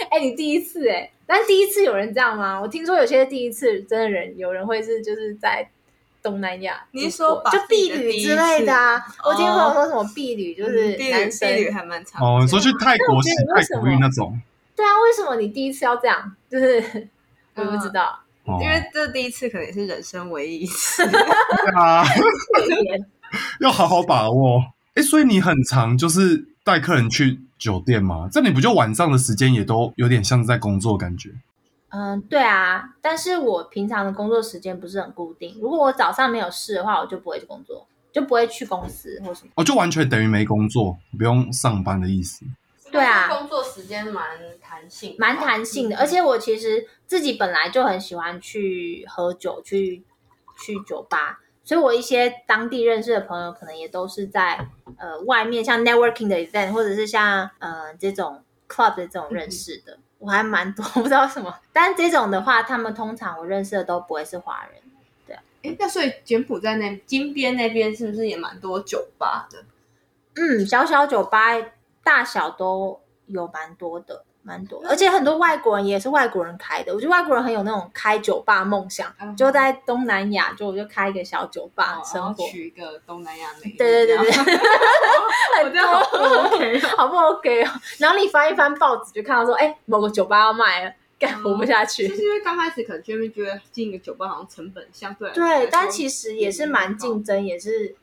然，哎、你第一次哎、但第一次有人这样吗？我听说有些第一次真的人有人会是就是在。东南亚
你
出
是说
国
把
就
自己
婢
的
女
第一
之类的啊？
次
我听朋友
哦
说什么婢女就是
地
男
理
生
地理还蛮长。
哦，你说去泰国洗
那我
泰
觉得
国浴那种，
对啊，为什么你第一次要这样？就是 *laughs* 我也不知
嗯
道，
*laughs*
哦
因为这第一次可能也是人生唯一一次，
对啊， *laughs*
会点
要好好把握。哎，所以你很常就是带客人去酒店吗？这样你不就晚上的时间也都有点像是在工作感觉？
嗯，对啊，但是我平常的工作时间不是很固定。如果我早上没有事的话，我就不会去工作，就不会去公司或什么。
哦，就完全等于没工作，不用上班的意思。
*laughs* 对啊
工作时间蛮弹性的吧，
蛮弹性的，
嗯
而且我其实自己本来就很喜欢去喝酒，去去酒吧，所以我一些当地认识的朋友，可能也都是在呃外面像 networking 的 event，或者是像呃这种 club 的这种认识的，我还蛮多， *laughs* 不知道为什么。但这种的话，他们通常我认识的都不会是华人，
诶那所以柬埔寨那金边那边是不是也蛮多酒吧的？
嗯，小小酒吧大小都有蛮多的，蛮多，而且很多外国人也是外国人开的。我觉得外国人很有那种开酒吧梦想，
嗯
就在东南亚，就我就开一个小酒吧
哦然
啊生
后
活。
取一个东南亚美女，
对对对
这样，
对，
*laughs* 我这样
*laughs*
好不 OK 哦。
好不 OK 哦。然后你翻一翻报纸，就看到说，哎，某个酒吧要卖了，干活不下
*laughs* 就是
去。
因为刚开始可能就会觉得进一个酒吧好像成本相对来说
对，但其实也是蛮竞争，也是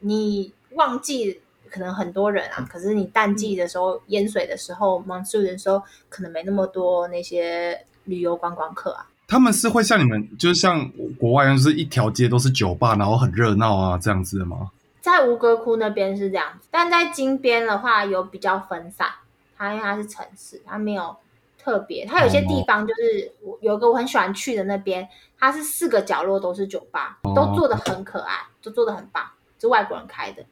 你旺季可能很多人啊，可是你淡季的时候、淹水的时候、忙季的时候，可能没那么多那些旅游观光客啊。
他们是会像你们，就是像国外一样，就是一条街都是酒吧，然后很热闹啊这样子的吗？
在吴哥窟那边是这样子，但在金边的话有比较分散，它因为它是城市，它没有特别，它有些地方就是我有个我很喜欢去的那边，它是四个角落都是酒吧，都做的很可爱，都做的很棒，是外国人开的，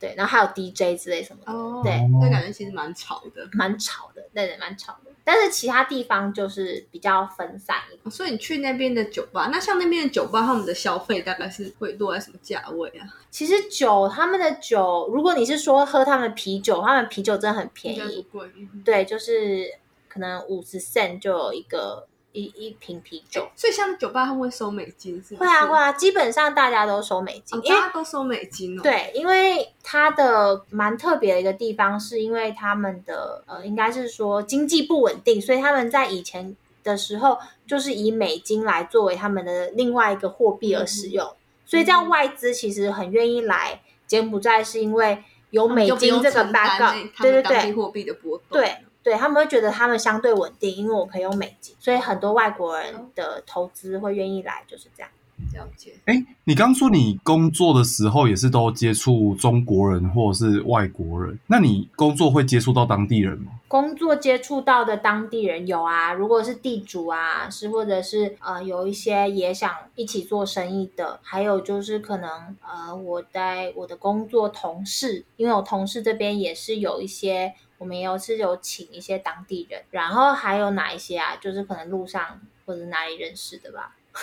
对，然后还有 DJ 之类什么的，
哦，
对，
那感觉其实蛮吵的。
蛮吵的，对对，蛮吵的，但是其他地方就是比较分散一点。
所以你去那边的酒吧，那像那边的酒吧，他们的消费大概是会落在什么价位啊？
其实酒，他们的酒，如果你是说喝他们啤酒，他们啤酒真的很便
应该
宜
不，贵。嗯
对，就是可能五十 cent 就有一个一一瓶啤酒。
所以像酒吧他们会收美金是不
会
是？
啊会啊，基本上大家都收美金，
哦，
因为
大家都收美金哦。，
对，因为它的蛮特别的一个地方，是因为他们的呃，应该是说经济不稳定，所以他们在以前的时候就是以美金来作为他们的另外一个货币而使
嗯
用，所以这样外资其实很愿意来柬埔寨，是因为有美
就不
金
用
这个
承担
backup，
那他
对对
们当地
对，
货币的波动。
对对，他们会觉得他们相对稳定，因为我可以用美金，所以很多外国人的投资会愿意来，就是这样。
了解。
哎，你刚说你工作的时候也是都接触中国人或者是外国人，那你工作会接触到当地
*laughs*
人吗？
工作接触到的当地人有啊，如果是地主啊，是或者是呃有一些也想一起做生意的，还有就是可能呃我在我的工作同事，因为我同事这边也是有一些，我们也有是有请一些当地人，然后还有哪一些啊，就是可能路上或者哪里认识的吧？
哦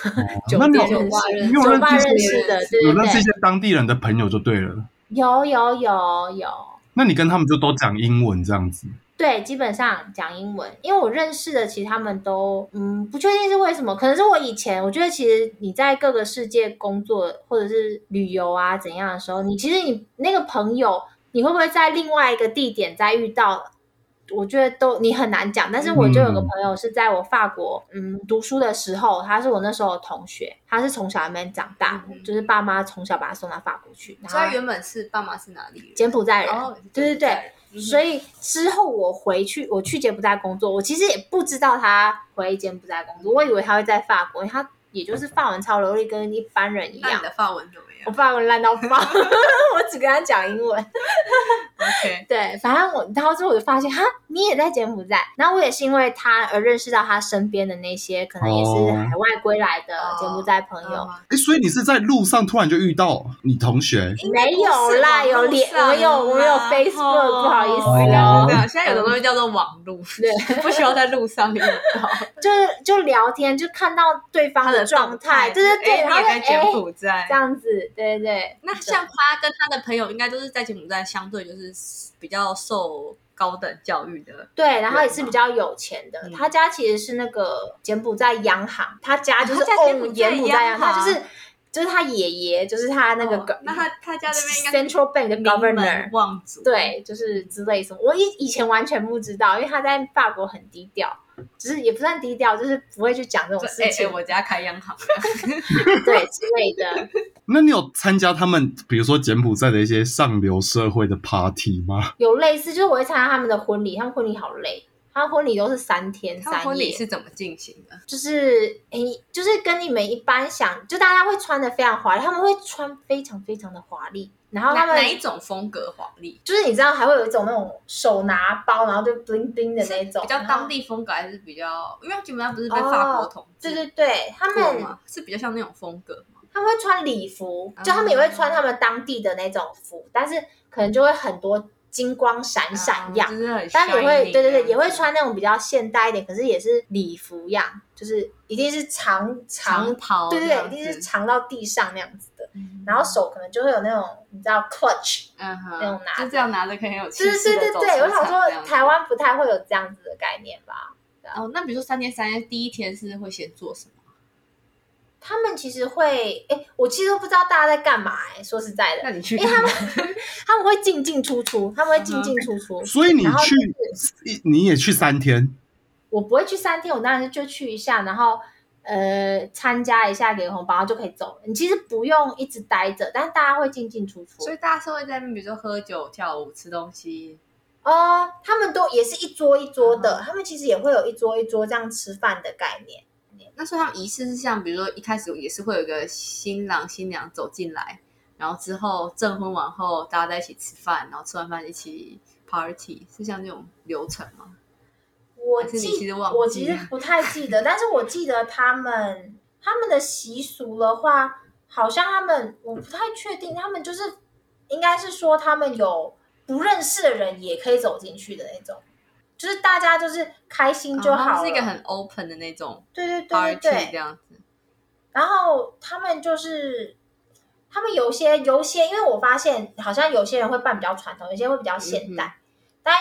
那你
酒吧
你
酒
有认
吧
识
认识的，对
有
对
认识一
对，
些当地人的朋友就对了。
有有有有，
那你跟他们就都讲英文这样子，
对，基本上讲英文，因为我认识的其实他们都，嗯，不确定是为什么，可能是我以前，我觉得其实你在各个世界工作或者是旅游啊怎样的时候，你其实你那个朋友，你会不会在另外一个地点再遇到？我觉得都你很难讲，但是我就有个
嗯
朋友是在我法国，嗯，读书的时候，他是我那时候的同学，他是从小在那边长大的，
嗯
就是爸妈从小把他送到法国去，然
所以他
后
原本是爸妈是哪里人？
柬埔寨人，
哦，
对对对，
对
所以之后我回去，我去柬埔寨工作，我其实也不知道他回柬埔寨工作，我以为他会在法国，因为他也就是法文超流利，跟一般人一
那你
样
的。法文怎么
我
样
法文烂到爆，我只跟他讲英文。
？OK，
对，反正我，然后之后我就发现，哈，你也在柬埔寨。然后我也是因为他而认识到他身边的那些可能也是
哦
海外归来的柬埔寨朋友。
啊
哎，所以你是在路上突然就遇到你同学，
没有啦，有脸，
啊
我有我
哦
有 Facebook，、不好意
应
思
该是。
哦
这
对啊，现在有的东西叫做网路，
对
不需要在路上遇到。
就是就聊天，就看到对方
他的
状态，对对对，
哎
然
你
后
也在柬
哎
埔寨
这。样子，对对对，
那像他跟他的朋友，应该都是在柬埔寨相对就是比较受高等教育的，
对，然后也
人
是
嘛
比较有钱的，
嗯
他家其实是那个柬埔寨央行，他家就是
啊他家柬埔
哦
寨
柬埔寨央
央
行，
行
他就是就是他爷爷，就是他那个
哦那他他家那边应该是
Central Bank 的
名门
Governor。
望族，
对，就是之类什么，我以以前完全不知道，因为他在法国很低调，只是也不算低调，就是不会去讲这种
就，
事
哎
情，
哎，我家开央行，
对之类的。
那你有参加他们，比如说柬埔寨的一些上流社会的 party 吗？
有类似，就是我会参加他们的婚礼，他们婚礼好累，他们婚礼都是三天
他们
三
婚礼
夜，
是怎么进行的？
就是诶，就是跟你们一般想，就大家会穿的非常华丽，他们会穿非常非常的华丽，然后他
哪
们
哪一种风格华丽？
就是你知道还会有一种那种手拿包，然后就 bling bling 的那种，啊
比较
然后
当。地风格，还是比较因为柬埔寨不是被法国统治
哦对对对，他
过
们
吗？是比较像那种风格吗？
他们会穿礼服，就他们
哦
也会穿他们当地的那种服，但是可能就会很多金光闪闪
啊
样，
就是很 shining 这样
但
子，
也会对对对，也会穿那种比较现代一点，可是也是礼服样，就是一定是长长，
长袍这
对对
样
对，
子，
一定是长到地上那样子的。
嗯，
然后手可能就会有那种你知道 clutch，
嗯哼，
那种拿
就这样拿着可以很有气
对
势
对
地
对对
走
对，我
出场
想
这样
说
子
台。湾不太会有这样子的概念吧。
哦，那比如说三天三夜，第一天是会先做什么？
他们其实会，哎，我其实都不知道大家在干嘛、诶说实在
那
的，
你去
因为他们 *laughs* 他们会进进出出，他们会进进出出，
所以你
然后
去，一你也去三天，
我不会去三天，我当然是就去一下，然后呃参加一下给红包然后就可以走了。你其实不用一直待着，但是大家会进进出
*laughs*
出
所。以大家是会在那边，比如说喝酒、跳舞、吃东西，
哦，他们都也是一桌一桌的，他们其实也会有一桌一桌这样吃饭的概念。
那所以他们仪式是像，比如说一开始也是会有一个新郎新娘走进来，然后之后证婚完后大家在一起吃饭，然后吃完饭一起 party，是像这种流程吗？
我
还是你其
记，
实忘
我
记
其实
了
不太记得，但是我记得他们他们的习俗的话，好像他们我不太确定，他们就是应该是说他们有不认识的人也可以走进去的那种，就是大家就是开心就
啊他
好
们
了。
是一个很 open 的那种
对对对
party
对
这
对。
样子。
然后他们就是，他们有些有些，因为我发现好像有些人会办比较传统，有些会比较现代，但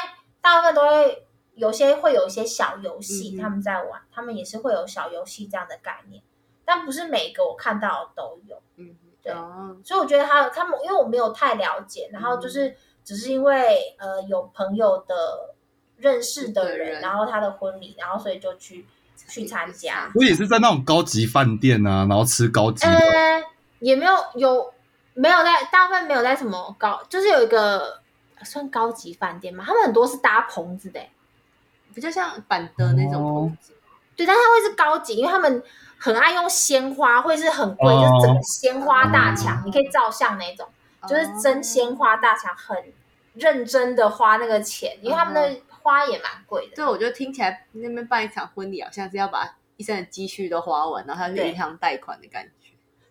大部分都会有些会有一些小游戏
嗯哼
他们在玩，他们也是会有小游戏这样的概念，但不是每个我看到的都有。
嗯，
对
哦，
所以我觉得他他们，因为我没有太了解，然后就是只是因为呃有朋友的认识的
的
人，
人
然后他的婚礼，然后所以就去去参加。
我也是在那种高级饭店啊，然后吃高级的。
呃，也没有有没有在大部分没有在什么高，就是有一个算高级饭店嘛，他们很多是搭棚子的欸，
比较像板的那种
哦
风景，
对，但它会是高级，因为他们很爱用鲜花，会是很贵，
哦
就是整个鲜花大墙
哦，
你可以照相那种，就是真
哦。
鲜花大墙，很认真的花那个钱，因为他们的花也蛮贵的。
对，我觉得听起来那边办一场婚礼，好像是要把一生的积蓄都花完，然后还要去
对
银行贷款的感觉。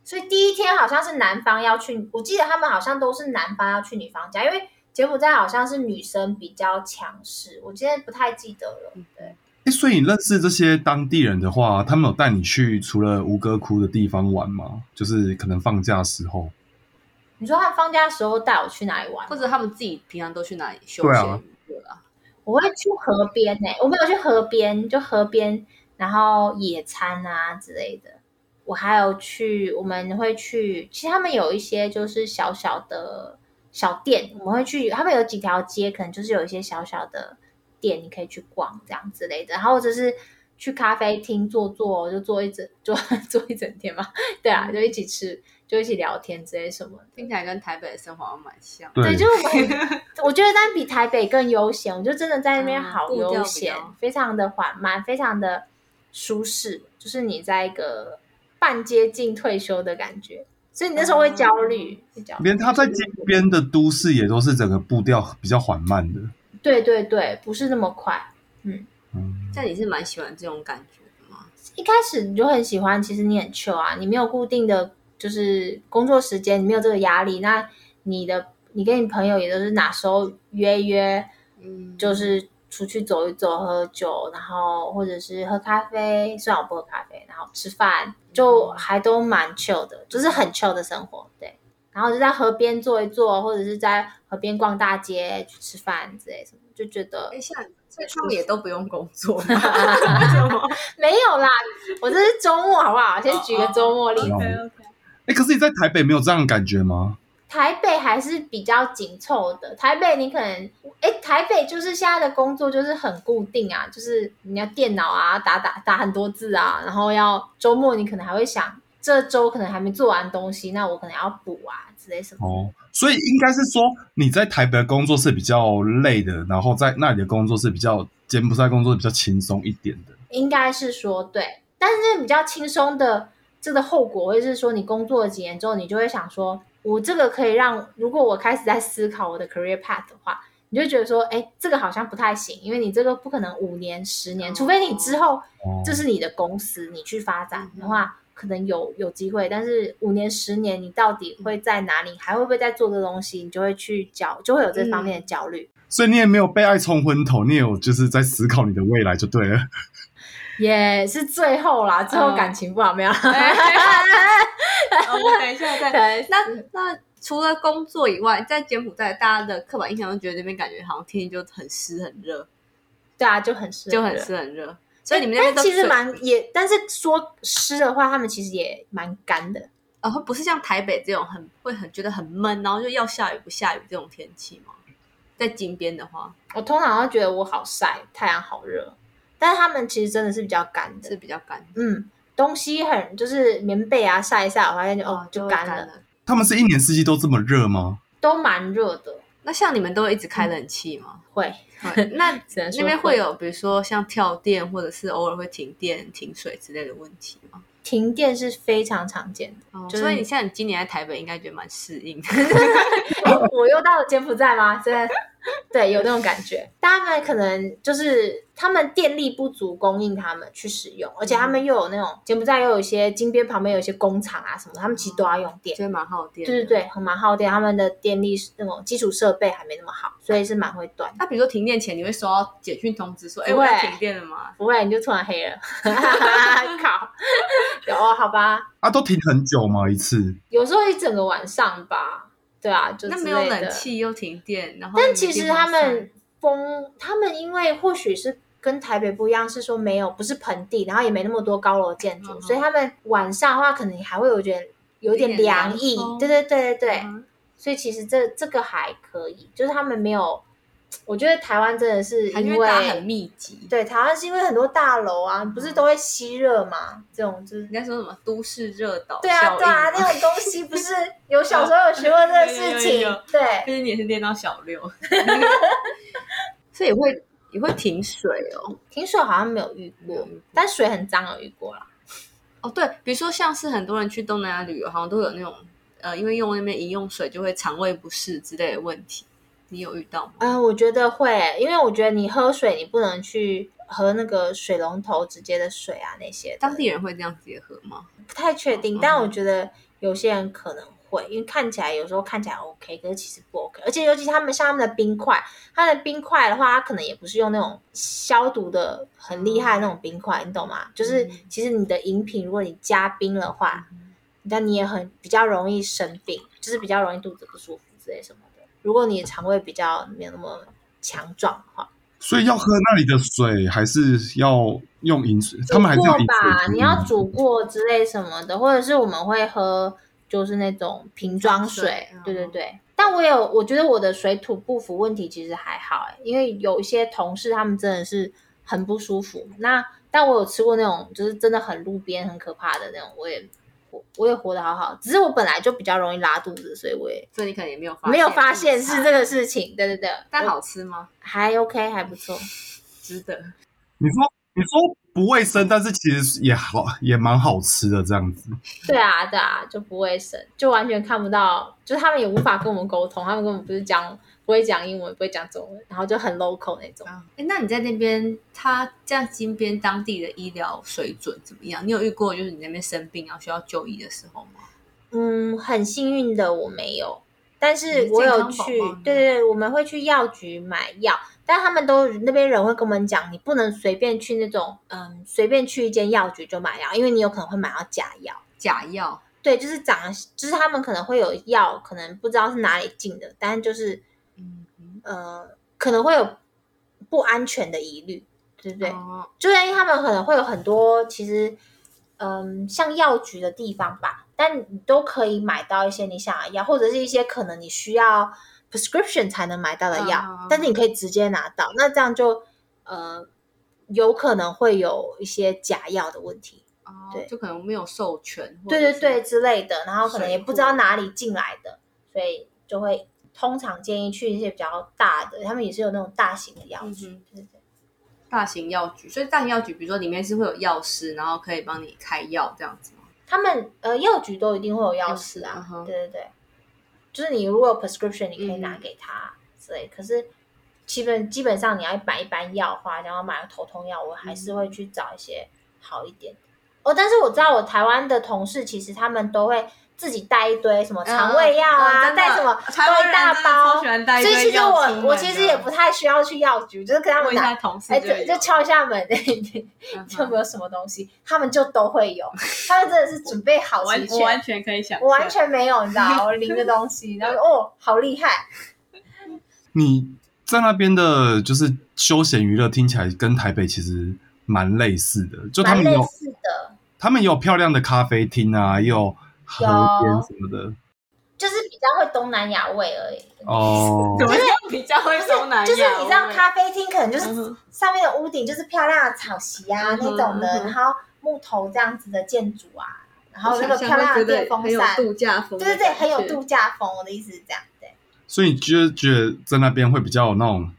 所以第一天好像是男方要去，我记得他们好像都是男方要去女方嗯家，因为柬埔寨好像是女生比较强势，我今天不太记得了。对，
哎，所以你认识这些当地人的话，他们有带你去除了吴哥窟的地方玩吗？就是可能放假时候。
你说他放假的时候带我去哪里玩？
或者他们自己平常都去哪里休
对
闲
啊
对啦、
我会去河边呢、我没有去河边，就河边，然后野餐啊之类的。我还有去，我们会去，其实他们有一些就是小小的小店，我们会去，他们有几条街，可能就是有一些小小的店，你可以去逛这样之类的。然后或者是去咖啡厅坐坐，就坐一整坐坐一整天嘛，对啊，就一起吃，就一起聊天之类什么的。
听起来跟台北的生活好像蛮像。
对
对，
*laughs*
就是我们，我觉得但比台北更悠闲，我就真的在那边
嗯
好
步调
悠
比
闲，
较
非常的缓慢，非常的舒适，就是你在一个半接近退休的感觉，所以你那时候会焦
嗯
虑，会焦虑
连他在街边的都市也都是整个步调比较缓慢的。
对对对，不是那么快。
嗯，
但你是蛮喜欢这种感觉的吗？
一开始你就很喜欢，其实你很 chill 啊，你没有固定的就是工作时间，你没有这个压力，那你的你跟你朋友也都是哪时候约一约，
嗯，
就是出去走一走、喝酒，然后或者是喝咖啡，虽然我不喝咖啡，然后吃饭，就还都蛮 chill 的，就是很 chill 的生活，对。然后就在河边坐一坐，或者是在河边逛大街、去吃饭之类什么，就觉得
哎，像所以他们也都不用工
*laughs*
作 *laughs* 吗？是吗
没有啦。我这是周末好不好？先举个周末例
哦
子。
OK OK，
哎，可是你在台北没有这样的感觉吗？
台北还是比较紧凑的。台北你可能，哎，台北就是现在的工作就是很固定啊，就是你要电脑啊，打打打很多字啊，然后要周末你可能还会想，这周可能还没做完东西，那我可能要补啊之类什么。
哦，所以应该是说你在台北的工作是比较累的，然后在那里的工作是比较柬埔寨工作比较轻松一点的。
应该是说对，但是这个比较轻松的，这个后果会是说，你工作了几年之后，你就会想说，我这个可以让，如果我开始在思考我的 career path 的话，你就觉得说，哎，这个好像不太行，因为你这个不可能五年、十年，
哦
除非你之后
哦，
这是你的公司，你去发展的话。可能有有机会，但是五年十年，你到底会在哪里？还会不会再做这东西？你就会去焦，就会有这方面的焦虑。
所以你也没有被爱冲昏头，你也有就是在思考你的未来就对了。
也是最后啦，最后感情不好、没有啦？
哎 *laughs* 哦我等一下
*laughs*
再
对
那那除了工作以外，在柬埔寨大家的刻板印象都觉得这边感觉好像天气就很湿很热，
对啊，就很湿，
就很湿。很热，所以你们那边
但
都
其实
水
蛮也，但是说湿的话，他们其实也蛮干的。
哦，会不是像台北这种很会很觉得很闷，然后就要下雨不下雨这种天气吗？在金边的话
我通常会觉得我好晒，太阳好热，但是他们其实真的是比较干
是
的。
比较干，
嗯，东西很就是棉被啊，晒一晒，我发现就哦就
会
干了，
干。
他们是一年四季都这么热吗？
都蛮热的。
那像你们都会一直开冷气吗？
嗯会，
*laughs* 会那
只能说
那边会有比如说像跳电，或者是偶尔会停电、停水之类的问题吗？
停电是非常常见的。
哦，
就是
所以你像你今年在台北，应该觉得蛮适应
*laughs*
的。
我又到了柬埔寨吗？真的，对，有那种感觉。但他们可能就是他们电力不足，供应他们去使用，而且他们又有那种柬埔寨又有一些金边旁边有一些工厂啊什么的，他们其实都要用电。
觉得蛮耗电。
对对。对，很蛮耗电，他们的电力是那种基础设备还没那么好，所以是蛮会断的。
那比如说停电前，你会收到简讯通知说：“哎、
不
我
会
要停电了吗
不会，你就突然黑了，靠！有哦，好吧，
啊，都停很久吗？一次？
有时候一整个晚上吧，对啊，？”就
那
之
没有
类的
冷气又停电，然后
但
你
其
没
实
电
他
风扇
们风，他们因为或许是跟台北不一样，是说没有不是盆地，然后也没那么多高楼建筑，
嗯哼
所以他们晚上的话，可能还会有点有点
有点凉
凉意
风。
对对对对对，
嗯
所以其实这这个还可以，就是他们没有，我觉得台湾真的是
还是
因
会打很嗯
为
密集。
对啊台湾是因为很多大楼啊，不是都会吸热嘛，这种就是
应。该说什么都市热岛
对啊，
效
对啊，
应
那
吗
种东西不是有小时候有学过这个事
有有有
情
有，
对，
毕竟你也是练到小六， *laughs* 所以也会也会停水哦。
听说好像没有遇过，但水很脏有遇过啦。
哦，对，比如说像是很多人去东南亚旅游，好像都有那种呃，因为用那边饮用水就会肠胃不适之类的问题，你有遇到吗？
嗯、我觉得会，因为我觉得你喝水你不能去喝那个水龙头直接的水啊那些的，
当地人会这样结合吗？
不太确定，
嗯
但我觉得有些人可能会。会，因为看起来有时候看起来 OK，可是其实不 OK。而且尤其他们像他们的冰块，它的冰块的话，它可能也不是用那种消毒的很厉害的那种冰块，你懂吗？
嗯
就是其实你的饮品，如果你加冰的话，那你也很比较容易生病，就是比较容易肚子不舒服之类什么的。如果你的肠胃比较没有那么强壮的话，
所以要喝那里的水，还是要用饮水？他们还是
煮
要
过
饮水
吧，
可以
你要
吗
煮过之类什么的，或者是我们会喝就是那种瓶装水
水嗯，
对对对。但我有，我觉得我的水土不服问题其实还好、欸，因为有一些同事他们真的是很不舒服。那但我有吃过那种就是真的很路边很可怕的那种，我也我我也活得好好，只是我本来就比较容易拉肚子，所以我也
所以你可能也没有发
没有发现
这
是
个
这个事情。对对对，
但
我
好吃吗？
还 OK，还不错。
值得。
你说你说不卫生，但是其实也好，也蛮好吃的这样子。
*laughs* 对啊，对啊，就不卫生，就完全看不到，就是他们也无法跟我们沟通，他们根本不是讲不会讲英文，不会讲中文，然后就很 local 那种。
哎、那你在那边，他这样金边当地的医疗水准怎么样？你有遇过就是你那边生病然后需要就医的时候吗？
嗯，很幸运的我没有，但是
你
我
健
有
康宝
去
宝呢，
对对对，我们会去药局买药，但他们都那边人会跟我们讲，你不能随便去那种，嗯，随便去一间药局就买药，因为你有可能会买到假药。
假药，
对，就是长得，就是他们可能会有药，可能不知道是哪里进的，但就是
嗯，
呃，可能会有不安全的疑虑，对不对？
哦
就是因为他们可能会有很多，其实嗯，像药局的地方吧，但你都可以买到一些你想要的药，或者是一些可能你需要 prescription 才能买到的药，
嗯
但是你可以直接拿到，那这样就呃，有可能会有一些假药的问题。
哦
对
就可能没有授权，
对对对，之类的，然后可能也
水
不知道
库
哪里进来的，所以就会通常建议去一些比较大的，他们也是有那种大型的药
嗯
局，
哼
对对对
大型药局，所以大型药局，比如说里面是会有药师，然后可以帮你开药这样子吗？
他们呃药局都一定会有药师
嗯
啊，
哼
对对对，就是你如果有 prescription，你可以拿
嗯
给他之类，可是。基本基本上你要买一般药的话，然后买头痛药，我还是
嗯
会去找一些好一点的。哦，但是我知道我台湾的同事，其实他们都会自己带一堆什么肠胃药
哦
嗯嗯
啊，
真的
带什么
台湾
都一大
人真的
包
超喜欢带一
所以
堆
其实
药
我
出门
我其实
的
也不太需要去药局，就是跟他们
问一下
拿，
同事
哎，
就
就就敲一下门，
嗯
就
哼
没有什么东西，他们就都
*laughs*
会有，他们真的是准备好齐
完我完
全，
全可以想象，
我完全没有，你
*laughs*
知道，我零个东西，然后哦，好厉害，
你在那边的，就是休闲娱乐，听起来跟台北其实蛮类似的，就他
蛮
们
类
有
似的，
他们也有漂亮的咖啡厅啊，也有河边什么的
就是比较会东南亚味而已。
哦。
怎么就比较会
不是
收南亚？
就是你知道
他
咖啡厅可能就是上面的屋顶就是漂亮的草席啊、
嗯哼
那种的，
嗯哼
然后木头这样子的建筑啊，然后那
我
个
想
漂
象
亮
会
的
觉得
电风
很有
扇，对
度假风的
对
感
对，
觉，
很有度假风。我的意思是这样，对。
所以你就觉得在那边会比较有那种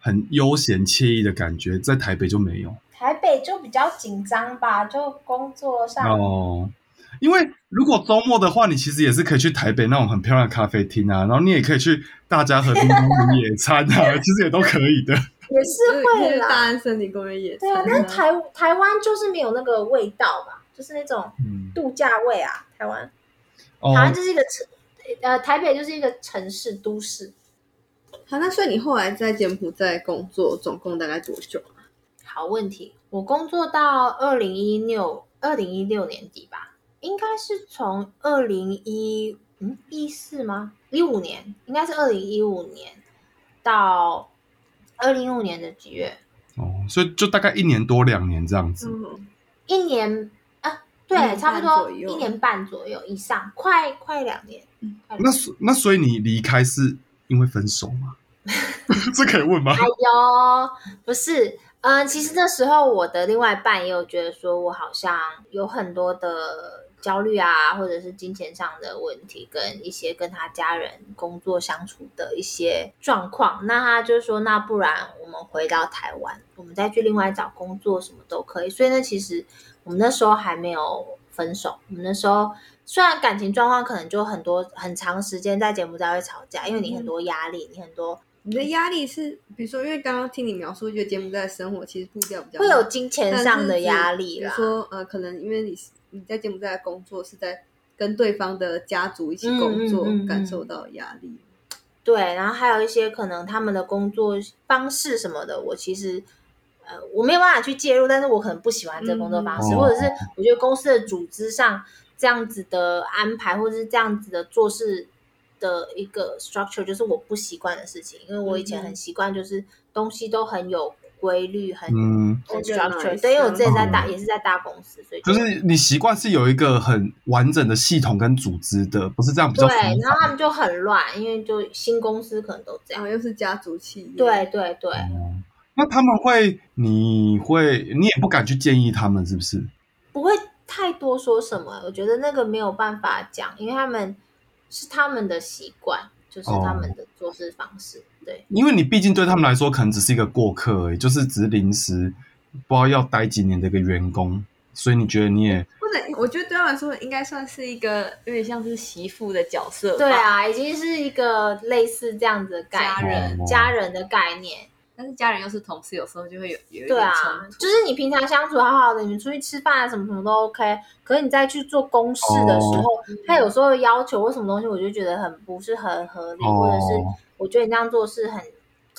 很悠闲惬意的感觉，在台北就没有。
台北就比较紧张吧，就工作上，
哦，因为如果周末的话，你其实也是可以去台北那种很漂亮的咖啡厅啊，然后你也可以去大家和平公园野餐
*laughs*
啊，其实也都可以的。
也是
就是
会
就是大
啦。
安森林公园野餐
对啊，但是台台湾就是没有那个味道吧，就是那种
嗯，
度假味啊。台湾，
哦
台，湾就是一个城，呃，台北就是一个城市都市，
好，那所以你后来在柬埔寨工作，总共大概多久？啊
好问题。我工作到二零一六二零一六年底吧，应该是从二零一嗯一四吗？一五年，应该是二零一五年到二零一五年的几月？
哦，所以就大概一年多两年这样子。
嗯，
一年啊，
一
对，
年
差不
半
多
左右
一年半左右以上，快快两年。快
那
两年
所那所以你离开是因为分手吗？ *laughs* 这可以问吗？
哎呦，不是，嗯、其实那时候我的另外一半也有觉得说，我好像有很多的焦虑啊，或者是金钱上的问题，跟一些跟他家人工作相处的一些状况。那他就说，那不然我们回到台湾，我们再去另外找工作，什么都可以。所以呢，其实我们那时候还没有分手，我们那时候。虽然感情状况可能就很多很长时间在柬埔寨会吵架，因为你很多压力，你很多
你的压力是，比如说，因为刚刚听你描述，觉得柬埔寨的生活其实步调比较
会
慢
有金钱上的压力
比如
啦。
说，呃，可能因为你是你在柬埔寨的工作是在跟对方的家族一起工作，
嗯嗯嗯嗯
感受到压力。
嗯对，然后还有一些可能他们的工作方式什么的，我其实呃我没有办法去介入，但是我可能不喜欢这个工作方式，
嗯
或者是我觉得公司的组织上这样子的安排，或者是这样子的做事的一个 structure，就是我不习惯的事情，因为我以前
嗯
很习惯就是东西都很有规律，很。
嗯，
很
Organized
structure，对，因为我之前在大
嗯
也是在大公司，所以
就
觉得
是你习惯是有一个很完整的系统跟组织的，不是这样比较
对
复杂。，
然后他们就很乱，因为就新公司可能都这
然
样
后。又是家族企业，
对对对，
嗯
哦那他们会，你会，你也不敢去建议他们，是不是？
不会太多说什么，我觉得那个没有办法讲，因为他们是他们的习惯，就是他
哦
们的做事方式。对，
因为你毕竟对他们来说，可能只是一个过客而已，就是只是临时不知道要待几年的一个员工，所以你觉得你也
或者我觉得对他们来说应该算是一个有点像是媳妇的角色吧，
对啊，已经是一个类似这样子的概
家
念，
人
哦
家人的概念。
但是家人又是同事，有时候就会有有一
对
点
啊
冲，突。
就是你平常相处好好的，你们出去吃饭啊，什么什么都 OK。可是你再去做公事的时
哦
候，他有时候要求或什么东西，我就觉得很不是很合理，或者是
哦
我觉得你这样做是很，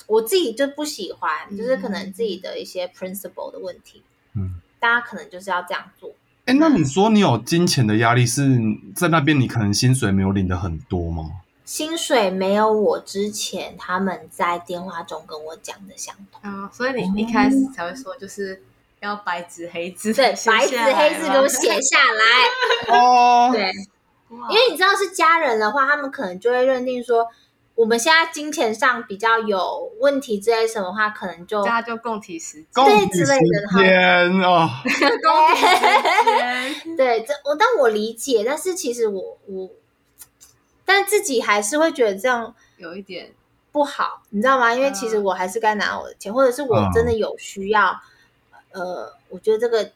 我自己就不喜
嗯
欢，就是可能自己的一些 principle 的问题。
嗯，
大家可能就是要这样做。
哎，那你说你有金钱的压力，是在那边你可能薪水没有领的很多吗？
薪水没有我之前他们在电话中跟我讲的相同，
嗯，所以
哦
你一开始才会说，就是要白纸黑字，
对，白纸黑字给我写下来。
哦，
*laughs* *laughs* 对，
因
因为你知道是家人的话，他们可能就会认定说，我们现在金钱上比较有问题之类什么的话，可能就
大家就共体时
共
之
体
类
时
的哈
间哦，
间，
对，这我但我理解，但是其实我我，但自己还是会觉得这样
有一点
不好，你知道吗？因为其实我还是该拿我的钱，或者是我真的有需要，呃，我觉得这个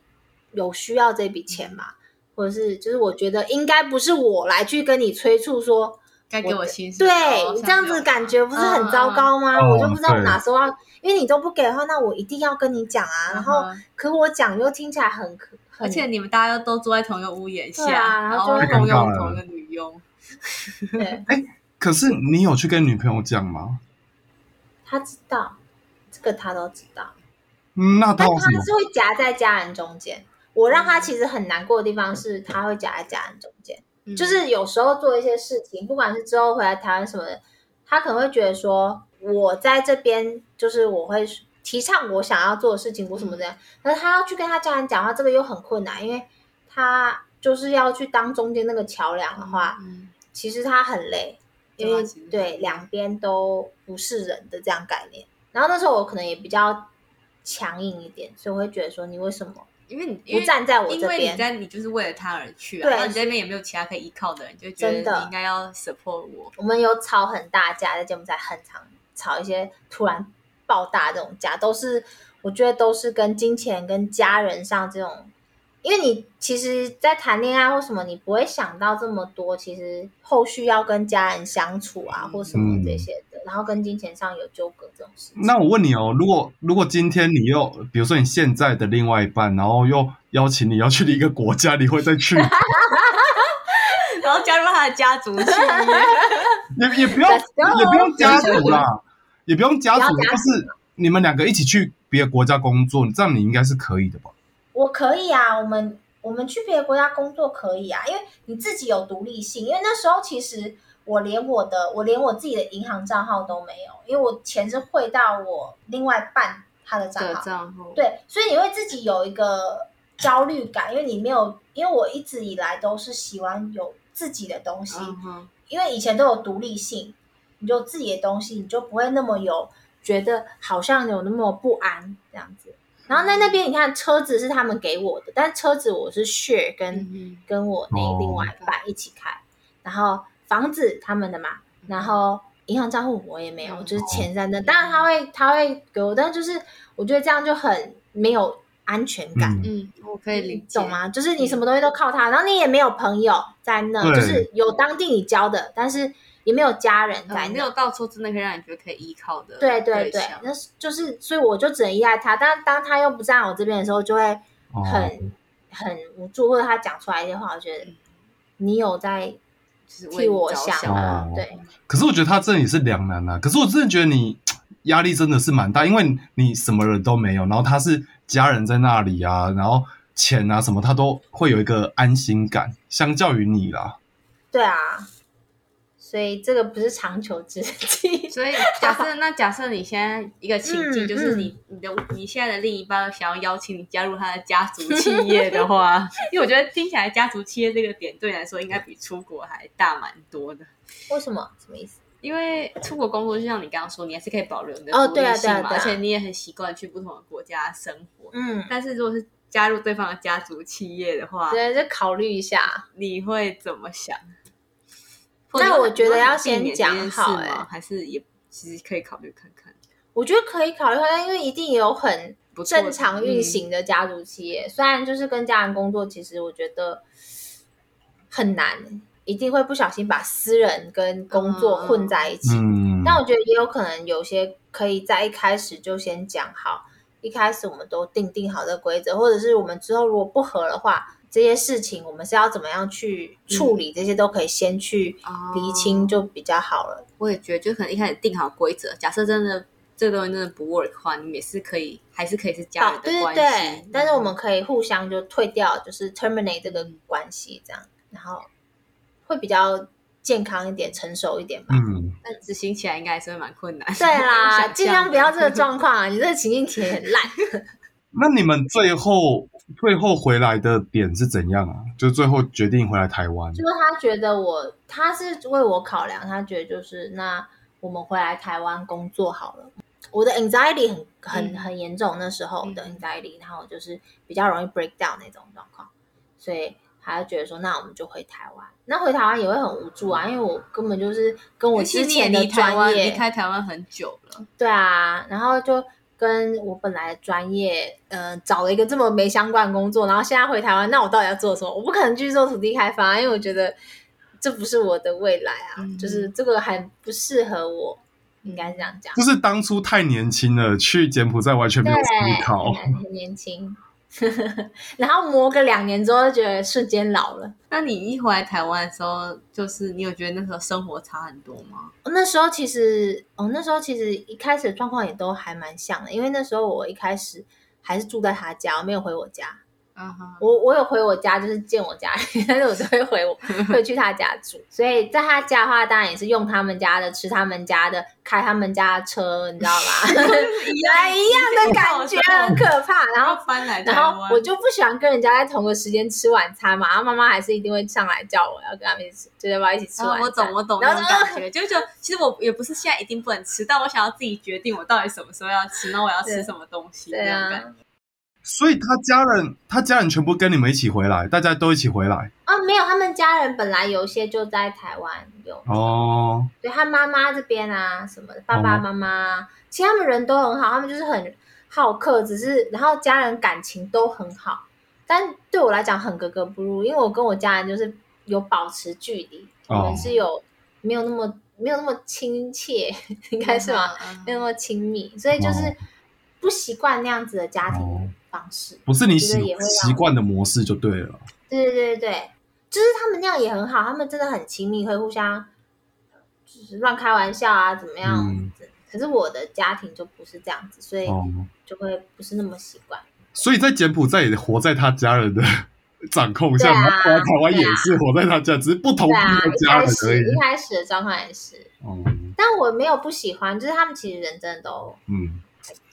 有需要这笔钱嘛，或者是就是我觉得应该不是我来去跟你催促说，
该给我哦薪水。
对
我
哦
你
想
这样
要
子感觉不是很糟糕吗？
嗯嗯
我就不知道我
对
哪时候要，因为你都不给的话，那我一定要跟你讲啊。然后
嗯哼
可我讲又听起来很可很
而且你们大家都坐在同一个屋檐下，
对啊然
然
后
后
就
共
太尴尬
用
了
同一个女佣，
对，
可是你有去跟女朋友讲吗？
他知道这个他都知道。
嗯，那他
但
有什
他
么？
是会夹在家人中间。我让他其实很难过的地方是，他会夹在家人中间，
嗯
就是有时候做一些事情，不管是之后回来台湾什么的，他可能会觉得说，我在这边就是我会提倡我想要做的事情，我什么这
嗯
样，但是他要去跟他家人讲话，这个又很困难，因为他就是要去当中间那个桥梁的话，
嗯
其实他很累，因
对
为
啊其实
对两边都不是人的这样概念。然后那时候我可能也比较强硬一点，所以我会觉得说你为什么
因为你因
不
为
站在我
因
这
为你
边？
在你就是为了他而去啊，
对
然后你这边也没有其他可以依靠的人，就觉得
真的
你应该要 support 我。
我们有吵很大架，在柬埔寨很常吵一些突然爆大这种架，都是我觉得都是跟金钱跟家人上这种。因为你其实，在谈恋爱或什么，你不会想到这么多。其实后续要跟家人相处啊，或什么这些的，然后跟金钱上有纠葛这种事情。
那我问你哦，如果如果今天你又，比如说你现在的另外一半，然后又邀请你要去一个国家，你会再去？
*laughs*
然后加入他的家族
*laughs*
企业，
也也不用
Let's go
也不用家族啦，也不用家族，
不要
就
家
是你们两个一起去别的国家工作，这样你应该是可以的吧？
我可以啊，我们我们去别的国家工作可以啊，因为你自己有独立性。因为那时候其实我连我的我连我自己的银行账号都没有，因为我钱是汇到我另外办他的账
的
号。
账户，
对，所以你会自己有一个焦虑感，因为你没有，因为我一直以来都是喜欢有自己的东西，
嗯哼，
因为以前都有独立性，你就自己的东西，你就不会那么有觉得好像有那么不安这样子。
嗯
然后在那边，你看车子是他们给我的，但车子我是 share 跟、
嗯
跟我那
哦
另外一半一起开，然后房子他们的嘛，然后银行账户我也没有，
嗯
就是钱在那。当然他会他会给我，但就是我觉得这样就很没有安全感。
嗯，
嗯，我可以理解，
懂？吗？就是你什么东西都靠他，然后你也没有朋友在那，
对
就是有当地你交的，但是也没有家人在
嗯，没
那。
有到处真的可以让你觉得可以依靠的
对对对
象，
那是就是，所以我就只能依赖他。但当他又不在我这边的时候，就会
哦
嗯
很、很无助，或者他讲出来一些话，我觉得你有在
就是为
替
你
我
着
想
想
啊
哦，
对，
可是我觉得他这里是两难啊。可是我真的觉得你压力真的是蛮大，因为你什么人都没有，然后他是家人在那里啊，然后钱啊什么，他都会有一个安心感，相较于你啦。
对啊，所以这个不是长久之计。 *laughs*
所以假设那假设你现在一个情境
嗯
就是你、你的你现在的另一半想要邀请你加入他的家族企业的话， *laughs* 因为我觉得听起来家族企业这个点对你来说应该比出国还大蛮多的。
为什么？什么意思？
因为出国工作，就像你刚刚说，你还是可以保留你的
哦
独
对啊
立
对
性
啊
嘛，
对啊
而且你也很习惯去不同的国家生活。
嗯，
但是如果是加入对方的家族企业的话，
对，就考虑一下。
你会怎么想？
那我觉得
或者
要
你避免
先讲
这件事
好
吗
欸
还是也其实可以考虑看看。
我觉得可以考虑一下，因为一定也有很
不错的
正常运行的家族企业。虽然就是跟家人工作，其实我觉得很难，一定会不小心把私人跟工作混在一起。
嗯，
但我觉得也有可能有些可以在一开始就先讲好，一开始我们都定定好的规则，或者是我们之后如果不合的话，这些事情我们是要怎么样去
嗯
处理，这些都可以先去
哦
厘清就比较好了。
我也觉得，就可能一开始定好规则，假设真的这个东西真的不 work 的话，你们也是可以，还是可以是家人
好，哦对
的
对
关系。
对
嗯，
但是我们可以互相就退掉，就是 terminate 这个关系这样，然后会比较健康一点、成熟一点吧。
嗯，
但执行起来应该还是会蛮困难。
对
我 *laughs*
啦，
想
尽量不要这个状况啊！你这个情境题很烂。
那你们最后最后回来的点是怎样啊？就最后决定回来台
嗯
湾
就是他觉得我，他是为我考量，他觉得就是那我们回来台湾工作好了。我的 anxiety 很很
嗯
很严重，那时候的
嗯
anxiety，、然后就是比较容易 break down 那种状况，所以他就觉得说，那我们就回台湾。那回台湾也会很无助啊，因为我根本就是跟我
而且
之
你也
前的
离台湾
专
离
业，
开台湾很久了，
对啊，然后就跟我本来的专业，呃，找了一个这么没相关的工作，然后现在回台湾，那我到底要做什么？我不可能继续做土地开发，因为我觉得这不是我的未来啊，
嗯
就是这个还不适合我，应该是这样讲。
就是当初太年轻了，去柬埔寨完全没
对
有思，考。
很很年轻， *laughs* 然后磨个两年之后，就觉得瞬间老了。
那你一回来台湾的时候，就是你有觉得那时候生活差很多吗？
哦那时候其实，哦，那时候其实一开始的状况也都还蛮像的，因为那时候我一开始还是住在他家，我没有回我家。
嗯哼，
我我有回我家，就是见我家人， *laughs* 但是我都会回
*laughs*
我会去他家住。所以在他家的话，当然也是用他们家的，吃他们家的，开他们家的车，你知道
*laughs*
吗？
一
来一样的感觉，很可怕。然
然
后
后搬来 *laughs* 台
然后
湾，
我就不喜欢跟人家在同个时间吃晚餐嘛，然后妈妈还是一定会上来叫我要跟他们一起，就要不要一起吃
啊
晚餐？
我懂，我懂
然
那
后
种感觉，就就其实我也不是现在一定不能吃，但我想要自己决定我到底什么时候要吃，那我要吃
对
什么东西，
对
那种感觉。
啊，
所以他家人，他家人全部跟你们一起回来，大家都一起回来
啊没有，他们家人本来有一些就在台湾有
哦。
对他妈妈这边啊，什么的爸爸
哦
妈妈啊，其实他们人都很好，他们就是很好客，只是然后家人感情都很好，但对我来讲很格格不入，因为我跟我家人就是有保持距离，我
哦
们是有没有那么没有那么亲切，应该是吧？
嗯？嗯
没有那么亲密，所以就是
哦
不习惯那样子的家
哦
庭方式。
不是你习
觉得也会让
习惯的模式就对了。
对对对对，就是他们那样也很好，他们真的很亲密，会互相就是乱开玩笑啊，怎么样？
嗯
可是我的家庭就不是这样子，所以
哦，
就会不是那么习惯。
所以在柬埔寨也活在他家人的 *laughs* 掌控下，
对啊
然后回来台湾也是活在他家，只是不同
对啊，
的
一
家
开
人而
始
已
一。开始的状况也是，
哦，
但我没有不喜欢，就是他们其实人真的都
嗯，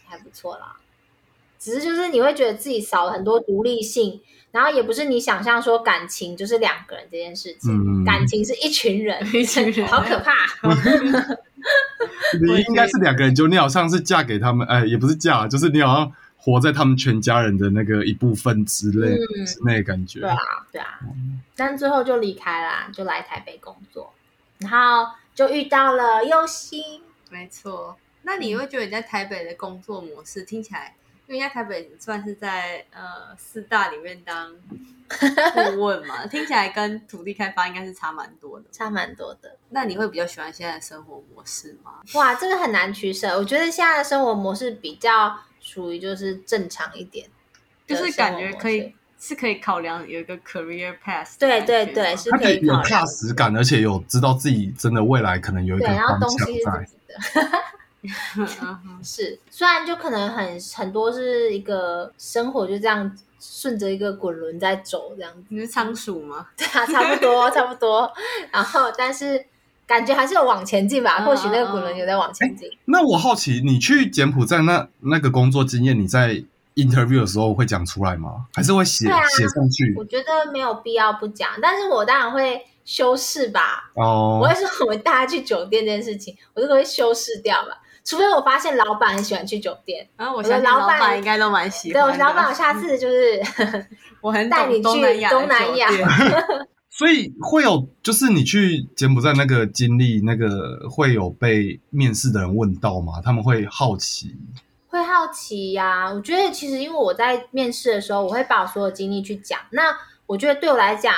还不错啦。只是就是你会觉得自己少了很多独立性，然后也不是你想象说感情就是两个人这件事情，
嗯
感情是一群人，
一群 *laughs* 人
好可怕。
我
你
也
应该是两个人，就你好像是嫁给他们，哎，也不是嫁，就是你好像活在他们全家人的那个一部分之类
嗯
之类的感觉。
对啊对啊，
嗯
但最后就离开啦，就来台北工作，然后就遇到了优心。
没错。那
嗯
你会觉得你在台北的工作模式听起来，因为在台北算是在呃四大里面当顾问嘛， *laughs* 听起来跟土地开发应该是差蛮多的。
差蛮多的，
那你会比较喜欢现在的生活模式吗？
哇，这个很难取舍。我觉得现在的生活模式比较属于就是正常一点，
就是感觉可以，是可以考量有一个 career path 的
对
感觉
对
吗。 *laughs*
对，是
他
可
得
以
有
考量
价
的。
值感，而且有知道自己真的未来可能有一
对，
个
然后
方
东
向
西是
在
自。己的。
嗯嗯嗯
是，虽然就可能很很多是一个生活就这样顺着一个滚轮在走这样子，
*laughs* 你是仓鼠吗？
对啊， *laughs* 差不多差不多。然后但是感觉还是有往前进吧，
嗯哎
或许那个滚轮有在往前进。
那我好奇，你去柬埔寨那那个工作经验，你在 interview 的时候会讲出来吗？还是会写
对啊
写上
嗯
去
我？觉得没有必要不讲，但是我当然会修饰吧。我
哦
会，说我们大家去酒店这件事情，我这个会修饰掉吧。除非我发现老板很喜欢去酒店，
然后我
我
相
的
信
老
老
板
板应该都蛮喜
对
欢
我
的。
老板，我下次就是
*laughs* 我很
带你
懂
去
东南亚的啊
东南亚
酒店
所以会有，就是你去柬埔寨那个经历，那个会有被面试的人问到吗？他们会好奇，
会好奇呀、我觉得其实因为我在面试的时候，我会把我所有经历去讲。那我觉得对我来讲，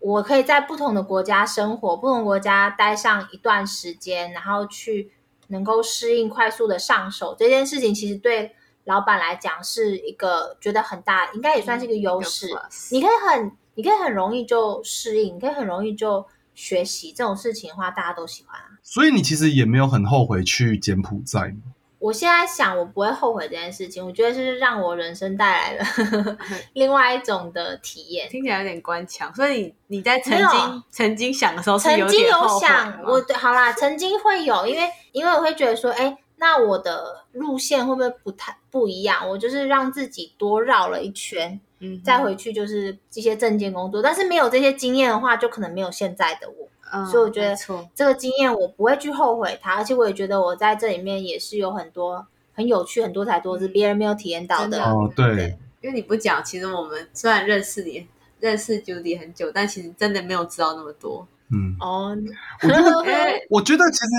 我可以在不同的国家生活，不同国家待上一段时间，然后去能够适应快速的上手这件事情，其实对老板来讲是一个觉得很大，应该也嗯算是一个
*laughs*
优势。你可以很，你可以很容易就适应，你可以很容易就学习这种事情的话，大家都喜欢啊。
所以你其实也没有很后悔去柬埔寨吗。
我现在想，我不会后悔这件事情。我觉得是让我人生带来了
嗯
*laughs* 另外一种的体
*laughs*
验。
听起来有点官腔，所以你你在曾
没有
经曾经想的时候是
曾经
点
有
后悔
想
吗，
我对好啦，曾经会有，因为因为我会觉得说，哎，那我的路线会不会不太不一样？我就是让自己多绕了一圈，
嗯哼
再回去就是这些证件工作。但是没有这些经验的话，就可能没有现在的我。
嗯
所以我觉得
没错
这个经验我不会去后悔它，而且我也觉得我在这里面也是有很多很有趣、很多才
嗯
多姿，别人没有体验到
真的
哦，对，
因为你不讲，其实我们虽然认识你。认识 Judy 很久，但其实真的没有知道那么
*laughs*
多。
嗯，
哦。
我觉得
哎
我觉得其实，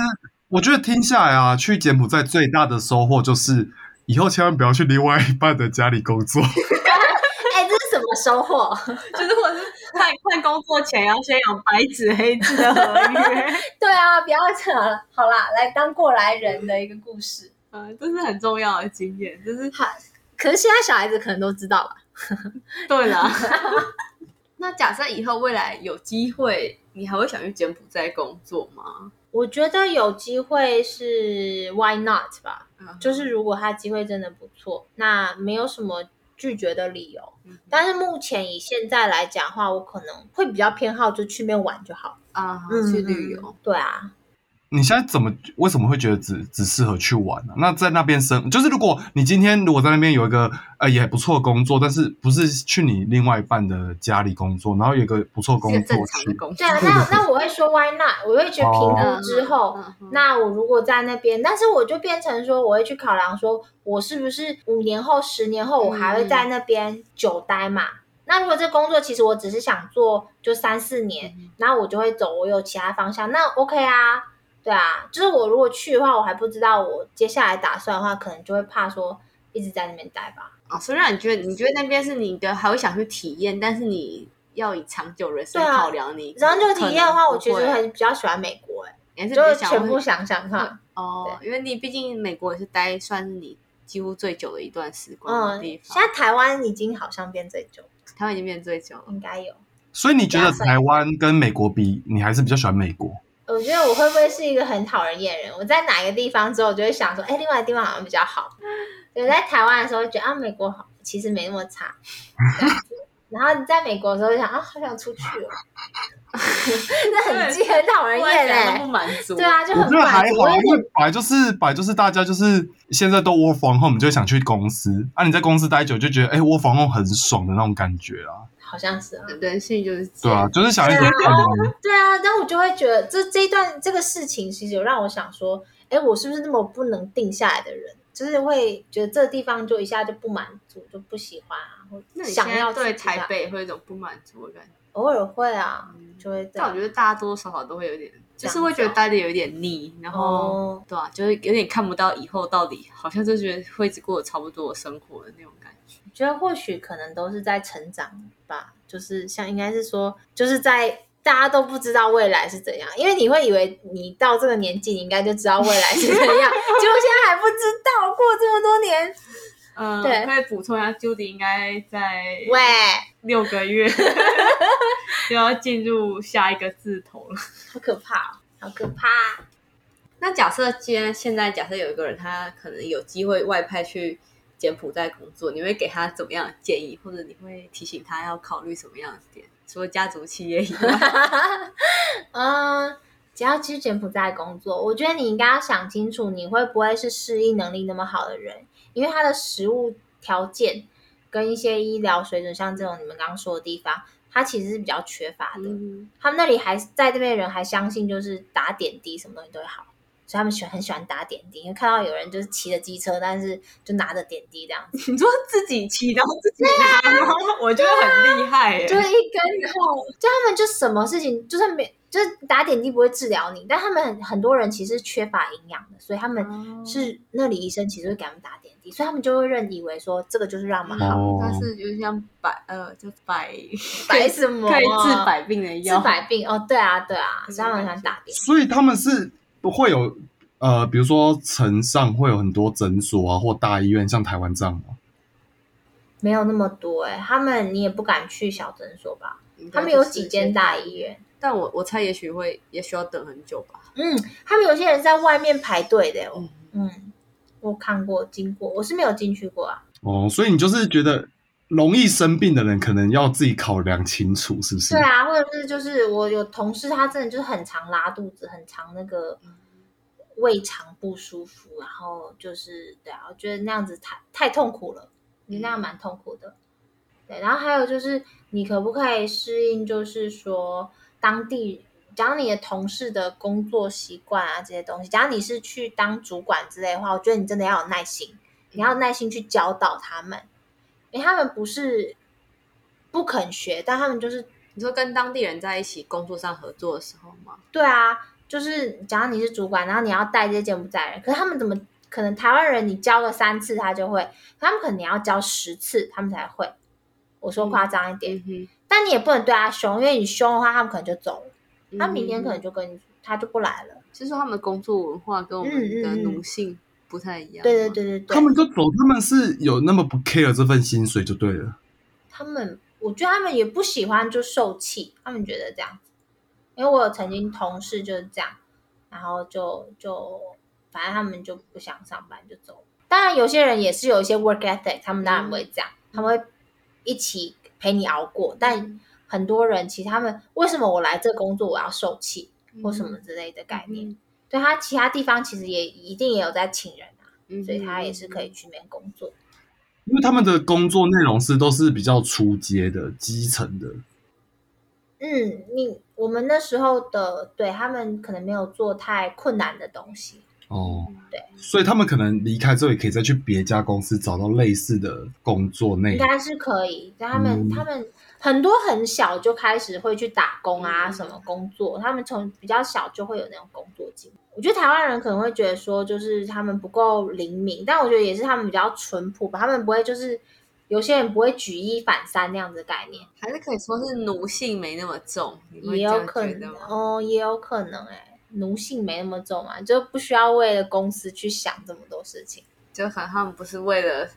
我觉得听下来啊，去柬埔寨最大的收获就是，以后千万不要去另外一半的家里工作。 *laughs*
哎、这是什么收获？
就是我是 *laughs* 看看工作前要先有白纸黑字的合
*laughs*
约，
对啊，不要扯了。好啦，来当过来人的一个故事。
嗯，这是很重要的经验。就是
可是现在小孩子可能都知道吧？
对
*laughs*
啦，那假设以后未来有机会，你还会想去柬埔寨工作吗？
我觉得有机会是 why not 吧，
嗯
就是如果他机会真的不错，那没有什么拒绝的理由
嗯。
但是目前以现在来讲的话，我可能会比较偏好就去那边玩就好。
啊，
嗯
去旅游。
对啊，
你现在怎么为什么会觉得只只适合去玩呢、那在那边生，就是如果你今天如果在那边有一个呃也不错的工作，但是不是去你另外一半的家里工作，然后有一个不错的工
是个
作
正常的
去，
工作
对。啊， *laughs* 那那我会说 why not，我会去评
哦
估之后，
嗯哼
那我如果在那边，但是我就变成说，我会去考量说，我是不是五年后、十年后，我还会
嗯
在那边久待嘛？那如果这工作其实我只是想做就三四年，
嗯
然后我就会走，我有其他方向，那 OK 啊，对啊，就是我如果去的话，我还不知道我接下来打算的话，可能就会怕说一直在那边待吧。
哦，所以让你觉得你觉得那边是你的，还会想去体验，但是你要以长久人生
对啊
考量你。
然后就体验的话，我其
觉
实
得
还是比较喜欢美国、欸，
也是
就
比较
是
想
全
会
部想想看，
哦，因为你毕竟美国也是待算是你几乎最久的一段时光的
嗯，
地
现
方，
在台湾已经好像变最久，
台湾已经变最久了。
应该有。
所以你觉得台湾跟美国比，你还是比较喜欢美国？
我觉得我会不会是一个很讨人厌的人？我在哪个地方之后，我就会想说，哎，另外的地方好像比较好。对，在台湾的时候觉得啊，美国好，其实没那么差。这样子然后你在美国的时候就想啊，好想出去哦，这很贱，很讨人
不然
厌
想都
哎、
不满足。
*laughs* 对，啊，就
我
很
觉得还
烦。
好，
也
因为本来就是本来就是大家就是现在都 work from home，你就会想去公司啊。你在公司待久就觉得，哎、w o r k from home 很爽的那种感觉啊。
好像是啊，
人性就是这
对
样
啊，。就是想一直
对啊
看啊
对啊。但我就会觉得这这一段这个事情，其实有让我想说，哎，我是不是那么不能定下来的人？就是会觉得这个地方就一下就不满足，就不喜欢啊，或
那你现
想要
在对
自己啊
台北会有一种不满足的感觉，
偶尔会啊，就会这
嗯但我
样
觉。得大家多多少少都会有点，就
这样
是会觉得待的有点腻，然后、
哦，
对啊，就是有点看不到以后到底，好像就觉得会一直过差不多的生活的那种感觉。
我觉得或许可能都是在成长吧，就是像应该是说，就是在大家都不知道未来是怎样，因为你会以为你到这个
*laughs*
年纪，你应该就知道未来是怎样，结果现在还不知道，过这么多年，
嗯，
对
可以补充一下，Judy 应该在
喂，
六个月 *laughs* 就要进入下一个字头了。
好可怕、哦，好可怕！
那假设今天现在假设有一个人，他可能有机会外派去柬埔寨工作，你会给他怎么样的建议，或者你会提醒他要考虑什么样的点？除了家族企业以
*laughs*
外，
*laughs* 嗯，只要去柬埔寨工作，我觉得你应该要想清楚，你会不会是适应能力那么好的人？因为他的食物条件跟一些医疗水准，像这种你们刚刚说的地方，它其实是比较缺乏的。
嗯，
他们那里还在这边的人还相信就是打点滴什么东西都会好，所以他们喜欢很喜欢打点滴。因为看到有人就是骑着机车，但是就拿着点滴这样子，
你说自己骑，然后自己拿，然后
啊 *laughs* 我觉得很厉害耶、
就是一根，然后就他们就什么事情就算没就是打点滴不会治疗你，但他们很很多人其实缺乏营养的，所以他
哦
们是那里医生其实会给他们打点滴，所以他们就会认以为说这个就是让他们好，
哦
他是就是像百呃，就百
百什么啊
可以治百病嗯的
治
药，
百病哦，对啊对啊，所以他们很喜欢打点滴。
所以他们是会有呃，比如说城上会有很多诊所啊，或大医院，像台湾这样吗？
没有那么多哎、他们你也不敢去小诊所吧？
应该
他们有
就是
几
一
间
些
大医院，
但我我猜也许会也许要等很久吧。
嗯，他们有些人在外面排队的、哦
嗯，
嗯，我看过经过，我是没有进去过啊。
哦，所以你就是觉得容易生病的人，可能要自己考量清楚，是不是？
对啊，或者是就是我有同事，他真的就是很常拉肚子，很常那个胃肠不舒服，然后就是对啊，我觉得那样子太太痛苦了，我觉得那样蛮痛苦的。对，然后还有就是你可不可以适应，就是说当地。讲你的同事的工作习惯啊，这些东西。假如你是去当主管之类的话，我觉得你真的要有耐心，你要有耐心去教导他们，因为他们不是不肯学，但他们就是
你说跟当地人在一起工作上合作的时候吗？
对啊，就是假如你是主管，然后你要带这些柬埔寨人，可是他们怎么可能？台湾人你教个三次他就会，可他们可能你要教十次他们才会。我说夸张一点，
嗯哼，
但你也不能对他凶，因为你凶的话，他们可能就走了，他明天可
嗯
能就跟你他就不来了。
就是说他们的工作文化跟我们的
嗯嗯嗯
奴性不太一样吗。
嗯对对对对对，
他们就走，他们是有那么不 care 这份薪水就对了。
他们，我觉得他们也不喜欢就受气，他们觉得这样子。因为我有曾经同事就是这样，然后就就反正他们就不想上班就走了。当然，有些人也是有一些 work ethic，他们当然不会这样，他们会一起陪你熬过。但很多人其实他们为什么我来这工作我要受气
嗯
或什么之类的概念，对他其他地方其实也一定也有在请人啊，
嗯，
所以他也是可以去那边工作。
因为他们的工作内容是都是比较初阶的、基层的，
嗯，你我们那时候的对他们可能没有做太困难的东西，
哦，
对，
所以他们可能离开之后也可以再去别家公司找到类似的工作内
应
容。
该是可以。但他们、
嗯
他们很多很小就开始会去打工啊，
嗯
什么工作，他们从比较小就会有那种工作经历。我觉得台湾人可能会觉得说，就是他们不够灵敏，但我觉得也是他们比较淳朴吧，他们不会就是有些人不会举一反三那样子的概念，
还是可以说是奴性没那么重，你会
也
这
有
样
可
觉得
能
吗？
哦，也有可能哎、奴性没那么重啊，就不需要为了公司去想这么多事情。
就可能他们不是为了。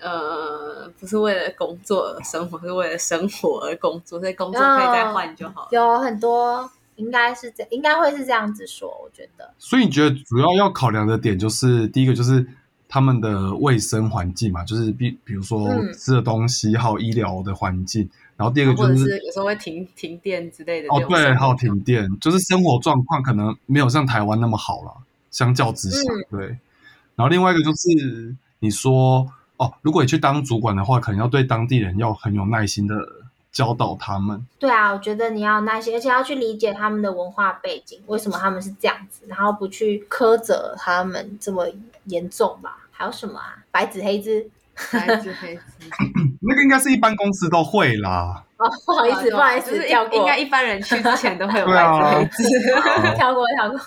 呃，不是为了工作而生活，是为了生活而工作，所以工作可以再换就
哦
好了。
有很多应该是这，应该会是这样子说，我觉得。
所以你觉得主要要考量的点就是，第一个就是他们的卫生环境嘛，就是比比如说
嗯
吃的东西，还有医疗的环境，然后第二个
或
就
者
是
是有时候会停停电之类的这种
哦
生活。
对，还有停电，就是生活状况可能没有像台湾那么好啦，相较之下，
嗯
对。然后另外一个就是你说哦，如果你去当主管的话，可能要对当地人要很有耐心的教导他们。
对啊，我觉得你要有耐心，而且要去理解他们的文化背景，为什么他们是这样子，然后不去苛责他们这么严重吧。还有什么啊？白纸黑字？
白纸黑字，
那个应该是一般公司都会啦，
*laughs* 不好意思，不好意
啊就
思，
是
跳
应
过，
该一般人去之前都
*laughs*
会有
对
白纸黑
啊
字，，
跳过，跳过。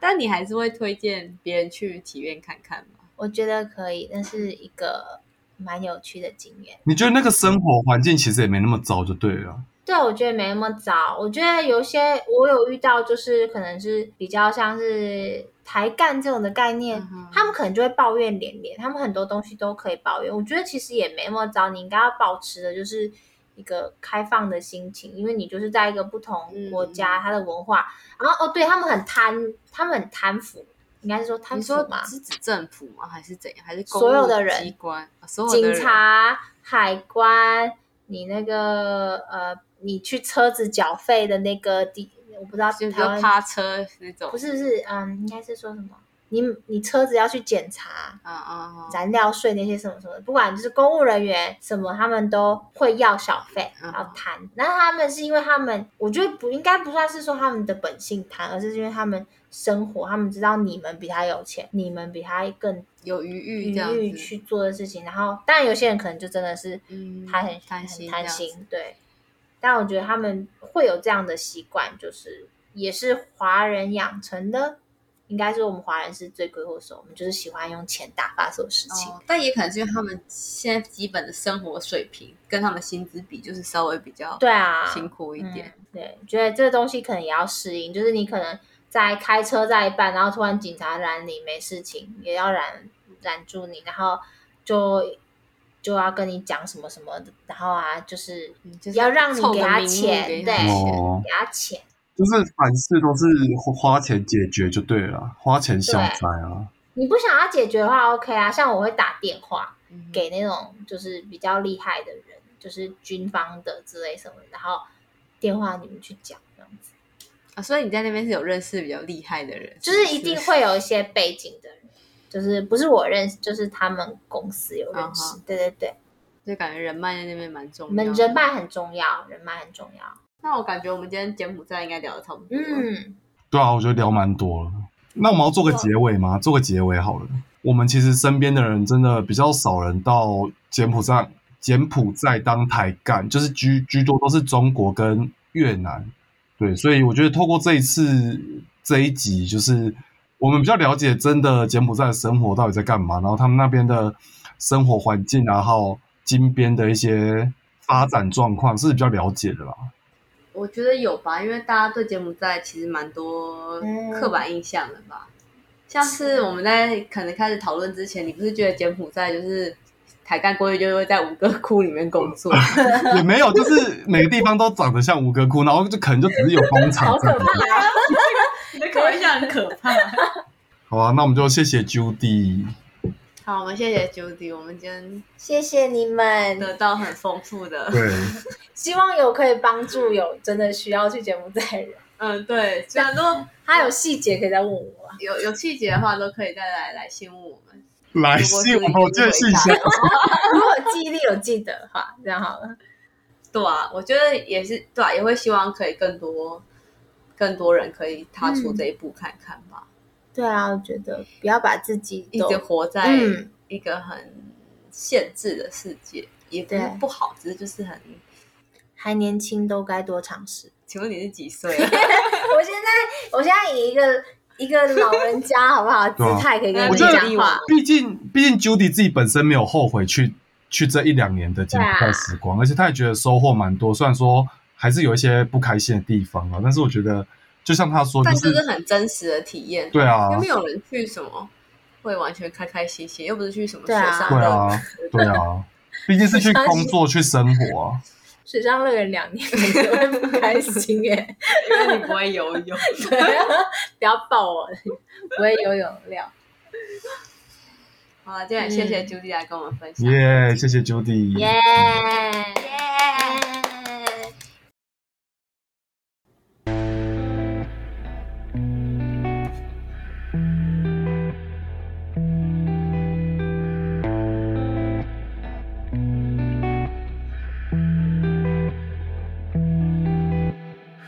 但你还是会推荐别人去体验看看吗？
我觉得可以，那是一个蛮有趣的经验。
你觉得那个生活环境其实也没那么糟，就对了。
对，啊我觉得没那么早。我觉得有些我有遇到，就是可能是比较像是抬干这种的概念，
嗯哼
他们可能就会抱怨连连，他们很多东西都可以抱怨。我觉得其实也没那么糟，你应该要保持的就是一个开放的心情，因为你就是在一个不
嗯
同国家，它的文化，然后哦，对他们很贪，他们很贪腐，应该是说贪
你
腐
说
嘛，
是指政府吗？还是怎样？还是公
所有
务
的人
机关、啊所有的
警
人
察、海关，你那个呃，你去车子缴费的那个地，我不知道
就比
台
如
湾
趴车那种
不，是是嗯，应该是说什么？你你车子要去检查，
啊啊啊，
燃料税那些什么什么的，不管就是公务人员什么，他们都会要小费，
嗯
要贪。那他们是因为他们，我觉得不应该不算是说他们的本性贪，而是因为他们生活，他们知道你们比他有钱，你们比他更
有余裕
余
这样
裕
子，
去做的事情。然后，当然有些人可能就真的是，
嗯
他很
贪
很
心这
贪
样子
心，对。但我觉得他们会有这样的习惯，就是也是华人养成的。应该说我们华人是最鬼火手，我们就是喜欢用钱打发所有事情。
哦，但也可能是因为他们现在基本的生活水平跟他们薪资比，就是稍微比较
对啊，
辛苦一点。
嗯。对，觉得这个东西可能也要适应，就是你可能在开车在一半，然后突然警察拦你，没事情也要拦拦住你，然后就就要跟你讲什么什么的，然后啊，就是
嗯就是
要让你
凑
给
个
他
名目
钱，
给
对，
你
给
钱
哦，
他钱。
就是凡事都是花钱解决就对了，花钱消灾啊。
你不想要解决的话，OK 啊，像我会打电话
嗯
给那种就是比较厉害的人，就是军方的之类什么的，然后电话你们去讲这样子。
啊，所以你在那边是有认识比较厉害的人，
就是
不
一定会有一些背景的人，就是不是我认识，就是他们公司有认识。
嗯
对对对，
就感觉人脉在那边蛮重
我
要的。
们人脉很重要，人脉很重要。
那我感觉我们今天柬埔寨应该聊的差不多了。
*laughs*
嗯，
对啊，我觉得聊蛮多了。那我们要做个结尾吗？做个结尾好了。我们其实身边的人真的比较少人到柬埔寨，柬埔寨当台干，就是居居多都是中国跟越南。对，所以我觉得透过这一次这一集，就是我们比较了解真的柬埔寨的生活到底在干嘛，然后他们那边的生活环境啊，然后金边的一些发展状况是比较了解的啦。
我觉得有吧，因为大家对柬埔寨其实蛮多
嗯
刻板印象的吧。像是我们在可能开始讨论之前，你不是觉得柬埔寨就是台干过去就会在五个窟里面工
*laughs*
作？
也没有，就是每个地方都长得像吴哥窟，然后就可能就只是有工厂
好
这
可
样子。
怕啊！
你的口味像很可怕。
好啊，那我们就谢谢 Judy，
好，我们谢谢 Judy，我们今天
谢谢你们，
得到很丰富的，
对，
希望有可以帮助有真的需要去柬埔寨 *laughs* 的人，
嗯，对，虽然都
他有细节可以再问我 *laughs* 啊。
有有细节的话，都可以再来来信问我们。
来信我们这信箱，
如果记忆力有记得的话，这样好了。
对啊，我觉得也是，对啊，也会希望可以更多更多人可以踏出
嗯
这一步看看吧，
对啊，我觉得不要把自己
一
都
直活在、
嗯
一个很限制的世界，也不是
对
不好，只是就是很。
还年轻都该多尝试。
请问你是几岁啊？
*laughs*
嗯
我现在我现在以一个一个老人家好不好姿
*laughs* 对啊
态可以跟
我
你
觉得
讲话，
毕竟毕竟 Judy 自己本身没有后悔去去这一两年的柬埔
啊
寨时光，而且她也觉得收获蛮多，虽然说还是有一些不开心的地方啊，但是我觉得就像她
*laughs*
说，
但
就
就是
是
很真实的体验，
对啊
又，没有人去什么会完全开开心心，又不是去什么
对
水
啊
上
对
乐
啊，
*laughs*
对啊，毕竟是去工作去生活啊。
水上乐园两年你就会不开心耶，
啊
因为你不会游泳。
对啊不要抱我，不会游泳料。
好了，今天也谢谢 Judy 来跟我们分享。
耶、谢谢 Judy，
耶耶。